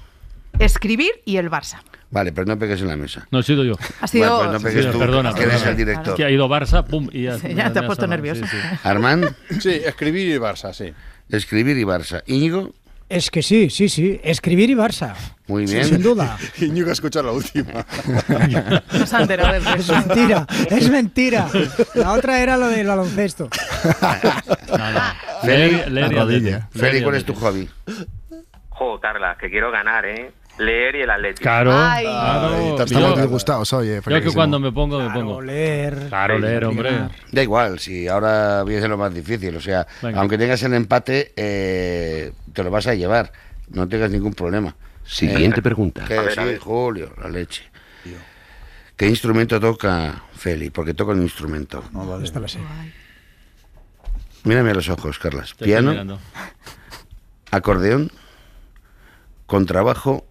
Speaker 3: escribir y el Barça.
Speaker 7: Vale, pero no pegues en la mesa.
Speaker 11: No he sido yo.
Speaker 3: Ha sido-
Speaker 7: Vale, pues no pegues tú,
Speaker 11: perdona,
Speaker 7: que eres
Speaker 11: perdona.
Speaker 7: el director.
Speaker 11: Es que ha ido Barça, pum, y ya.
Speaker 3: Sí, ya te has puesto nervioso.
Speaker 7: Armand.
Speaker 12: Sí, escribir y Barça, sí.
Speaker 7: Escribir y Barça. Íñigo,
Speaker 8: Es que sí, sí, sí. Escribir y Barça.
Speaker 7: muy
Speaker 8: Sí,
Speaker 7: bien.
Speaker 8: sin duda.
Speaker 12: Íñigo a escuchar la última.
Speaker 3: No se ha enterado del
Speaker 8: Es
Speaker 3: resto.
Speaker 8: mentira, es mentira. La otra era lo del baloncesto.
Speaker 7: Feli,
Speaker 11: Leer- leer y Atleti. Leer
Speaker 7: Feli,
Speaker 11: y
Speaker 7: ¿cuál es
Speaker 11: Atleti.
Speaker 7: tu hobby?
Speaker 24: Jo, Carla, que quiero ganar, ¿eh? Leer y el Atlético.
Speaker 11: Claro.
Speaker 24: Ay.
Speaker 11: claro.
Speaker 13: Ay, estamos disgustados hoy, eh,
Speaker 11: Yo que
Speaker 13: Franquísimo.
Speaker 11: cuando me pongo, me pongo.
Speaker 8: Leer.
Speaker 11: Claro, leer, hombre.
Speaker 7: Da igual, si ahora viene lo más difícil. O sea,
Speaker 11: Venga.
Speaker 7: aunque tengas el empate, eh, te lo vas a llevar. No tengas ningún problema.
Speaker 17: Siguiente pregunta.
Speaker 7: Que
Speaker 17: A ver,
Speaker 7: sí,
Speaker 17: a ver.
Speaker 7: Julio, la leche. ¿Qué instrumento toca Feli? Porque toca un instrumento.
Speaker 8: Esta la sé.
Speaker 7: Mírame a los ojos, Carlas.
Speaker 11: Te estoy
Speaker 7: Piano,
Speaker 11: mirando.
Speaker 7: acordeón, contrabajo,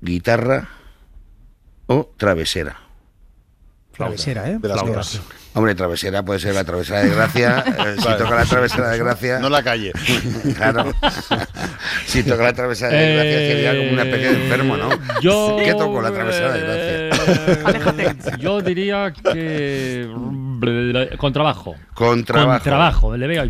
Speaker 7: guitarra o travesera.
Speaker 8: Travesera, ¿eh?
Speaker 12: De las
Speaker 7: Flauta.
Speaker 12: dos.
Speaker 7: Hombre, travesera puede ser la travesera de gracia. eh, si
Speaker 12: Vale.
Speaker 7: toca la travesera de gracia.
Speaker 12: No la calle.
Speaker 7: Claro. si toca la travesera de gracia, sería como una especie de enfermo, ¿no?
Speaker 11: Eh, Yo, eh,
Speaker 7: ¿Qué tocó la travesera de gracia?
Speaker 11: gracia? Yo diría que. Con trabajo.
Speaker 7: Con trabajo.
Speaker 11: Con trabajo. Le veo.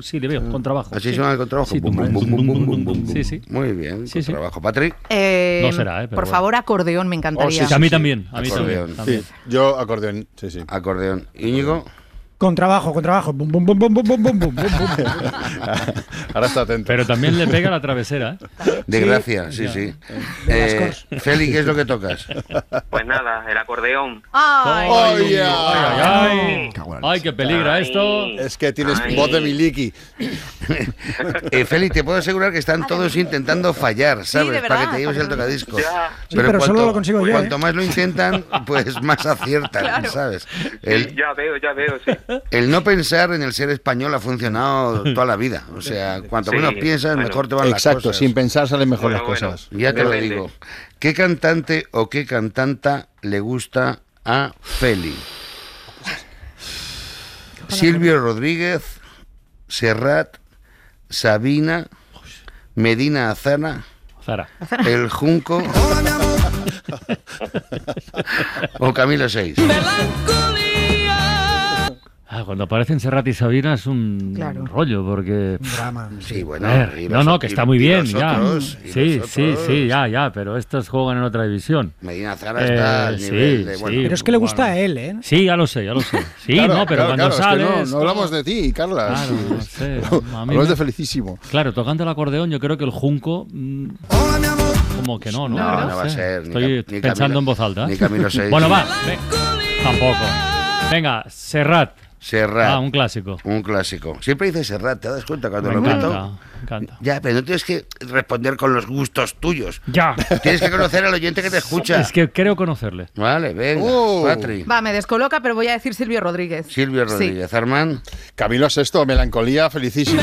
Speaker 11: Sí, le veo. Con trabajo.
Speaker 7: Así
Speaker 11: Sí.
Speaker 7: suena el contrabajo.
Speaker 11: Sí,
Speaker 7: Bum, bum, bum, bum, bum, bum, bum.
Speaker 11: Sí, sí.
Speaker 7: Muy bien, con trabajo. Oh, Patrick.
Speaker 3: Eh,
Speaker 11: No será, ¿eh? Pero
Speaker 3: por
Speaker 11: bueno.
Speaker 3: favor, acordeón, me
Speaker 7: Oh,
Speaker 3: encantaría.
Speaker 11: sí, sí, a mí también, a mí
Speaker 7: acordeón.
Speaker 11: también, también.
Speaker 12: Yo acordeón, sí, sí.
Speaker 7: Acordeón. Íñigo.
Speaker 8: Con trabajo, con trabajo. Bum, bum, bum, bum, bum, bum, bum, bum, bum.
Speaker 12: Ahora está atento.
Speaker 11: Pero también le pega la travesera. ¿eh?
Speaker 7: De gracia, sí,
Speaker 11: Ya.
Speaker 7: sí.
Speaker 11: De
Speaker 7: Eh,
Speaker 11: las cosas.
Speaker 7: Feli, ¿qué es lo que tocas?
Speaker 24: Pues nada, el acordeón.
Speaker 7: Ah.
Speaker 3: Ay,
Speaker 12: ¡Ay,
Speaker 11: ay, ay! ¡Ay, qué peligra
Speaker 24: Ay.
Speaker 11: esto!
Speaker 12: Es que tienes
Speaker 24: Ay.
Speaker 12: voz de Miliki.
Speaker 7: Eh, Feli, te puedo asegurar que están todos intentando fallar, ¿sabes?
Speaker 24: de verdad,
Speaker 7: para que te lleves el tocadiscos.
Speaker 24: Ya.
Speaker 8: Sí, pero solo lo consigo yo,
Speaker 7: Cuanto
Speaker 8: ¿eh?
Speaker 7: más lo intentan, pues más aciertan,
Speaker 24: Claro.
Speaker 7: ¿sabes? El,
Speaker 24: Ya veo, ya veo, sí.
Speaker 7: el no pensar en el ser español ha funcionado toda la vida. O sea, cuanto
Speaker 24: Sí,
Speaker 7: menos piensas,
Speaker 24: bueno.
Speaker 7: mejor te van las
Speaker 12: Exacto,
Speaker 7: cosas.
Speaker 12: sin pensar salen mejor las
Speaker 24: Bueno, bueno.
Speaker 12: cosas.
Speaker 7: Ya te lo
Speaker 24: Depende.
Speaker 7: digo. ¿Qué cantante o qué cantanta le gusta a Feli? Silvio Rodríguez, Serrat, Sabina, Medina Azana,
Speaker 11: Zara.
Speaker 7: El Junco o Camilo Seis.
Speaker 11: Ah, cuando aparecen Serrat y Sabina es un
Speaker 3: Claro.
Speaker 11: rollo, porque.
Speaker 8: Drama.
Speaker 7: Sí, bueno.
Speaker 11: A ver,
Speaker 7: y
Speaker 11: no,
Speaker 7: los-
Speaker 11: no, que
Speaker 7: y-
Speaker 11: está muy
Speaker 7: y
Speaker 11: bien,
Speaker 7: los
Speaker 11: ya.
Speaker 7: otros, y
Speaker 11: Sí,
Speaker 7: los
Speaker 11: sí,
Speaker 7: otros.
Speaker 11: sí, ya, ya, pero estos juegan en otra división. Eh,
Speaker 7: Medina Zara está al nivel de- bueno.
Speaker 8: Pero es que le gusta a él, ¿eh?
Speaker 11: Sí, ya lo sé, ya lo sé. Sí,
Speaker 12: Claro,
Speaker 11: no, pero
Speaker 12: claro,
Speaker 11: cuando
Speaker 12: claro, es que
Speaker 11: sales. Ah.
Speaker 12: no- no, hablamos de ti, Carla.
Speaker 11: Claro, no sé. A mí
Speaker 12: hablamos
Speaker 11: me-
Speaker 12: de felicísimo.
Speaker 11: Claro, tocando el acordeón, yo creo que el junco. mm, Como que no, ¿no?
Speaker 7: No, no
Speaker 11: sé.
Speaker 7: va a ser, ni
Speaker 11: Estoy
Speaker 7: Cam- ni
Speaker 11: pensando
Speaker 7: Camilo-
Speaker 11: en voz alta. ¿eh?
Speaker 7: ni Camilo Seis.
Speaker 11: Bueno, va. ve- Tampoco. Venga, Serrat.
Speaker 7: Serrat.
Speaker 11: Ah, un clásico.
Speaker 7: Un clásico. Siempre dice Serrat, ¿te das cuenta cuando
Speaker 11: Me
Speaker 7: lo
Speaker 11: encanta.
Speaker 7: meto?
Speaker 11: me encanta.
Speaker 7: Ya, pero no tienes que responder con los gustos tuyos.
Speaker 11: Ya.
Speaker 7: Tienes que conocer al oyente que te escucha.
Speaker 11: Es que creo conocerle.
Speaker 7: Vale, venga.
Speaker 12: Oh.
Speaker 7: Patri.
Speaker 3: Va, me descoloca, pero voy a decir Silvio Rodríguez.
Speaker 7: Silvio
Speaker 3: Sí.
Speaker 7: Rodríguez. Armán.
Speaker 12: Camilo Sexto, melancolía, felicísimo.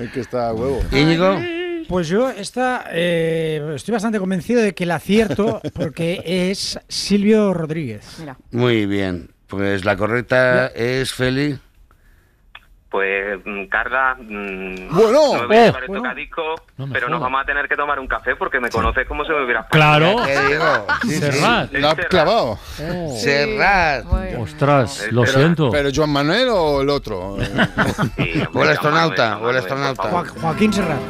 Speaker 12: es que está a huevo.
Speaker 7: Íñigo.
Speaker 8: Pues yo esta, eh, estoy bastante convencido de que la acierto porque es Silvio Rodríguez.
Speaker 3: Mira.
Speaker 7: Muy bien. Pues la correcta es Feli.
Speaker 24: Pues, mm, Carla, mm,
Speaker 12: Bueno,
Speaker 24: no me voy a
Speaker 11: eh,
Speaker 24: llevar el
Speaker 11: bueno.
Speaker 24: tocadiscos,
Speaker 11: No me
Speaker 24: pero nos
Speaker 11: jodas.
Speaker 24: vamos a tener que tomar un café porque me conoces como si me hubieras
Speaker 11: Claro.
Speaker 7: ¿Qué digo? Sí, sí.
Speaker 11: Serrat.
Speaker 12: La ha clavado.
Speaker 7: Serrat.
Speaker 3: Bueno.
Speaker 11: Ostras, lo
Speaker 24: Pero-
Speaker 11: siento.
Speaker 12: ¿Pero Joan Manuel o el otro? eh.
Speaker 7: O el astronauta, o el astronauta.
Speaker 8: Joa- Joaquín Serrat.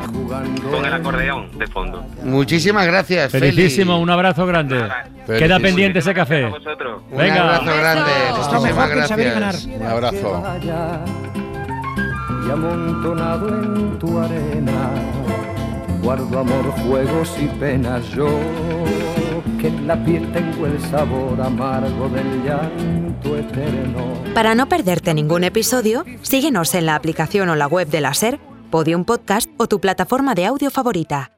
Speaker 24: Con el acordeón de fondo.
Speaker 7: Muchísimas gracias, Feli.
Speaker 11: Felicísimo, un abrazo grande. Queda
Speaker 12: Felicísimo.
Speaker 11: pendiente ese café.
Speaker 24: A vosotros.
Speaker 7: Un
Speaker 11: Venga.
Speaker 7: abrazo grande.
Speaker 8: Está
Speaker 7: Muchísimas
Speaker 8: mejor que el saber ganar.
Speaker 7: gracias.
Speaker 12: Un abrazo.
Speaker 9: y amontonado en tu arena guardo amor, juegos y penas yo que en la piel tengo el sabor amargo del llanto eterno.
Speaker 1: Para no perderte ningún episodio, síguenos en la aplicación o la web de la SER, Podium Podcast o tu plataforma de audio favorita.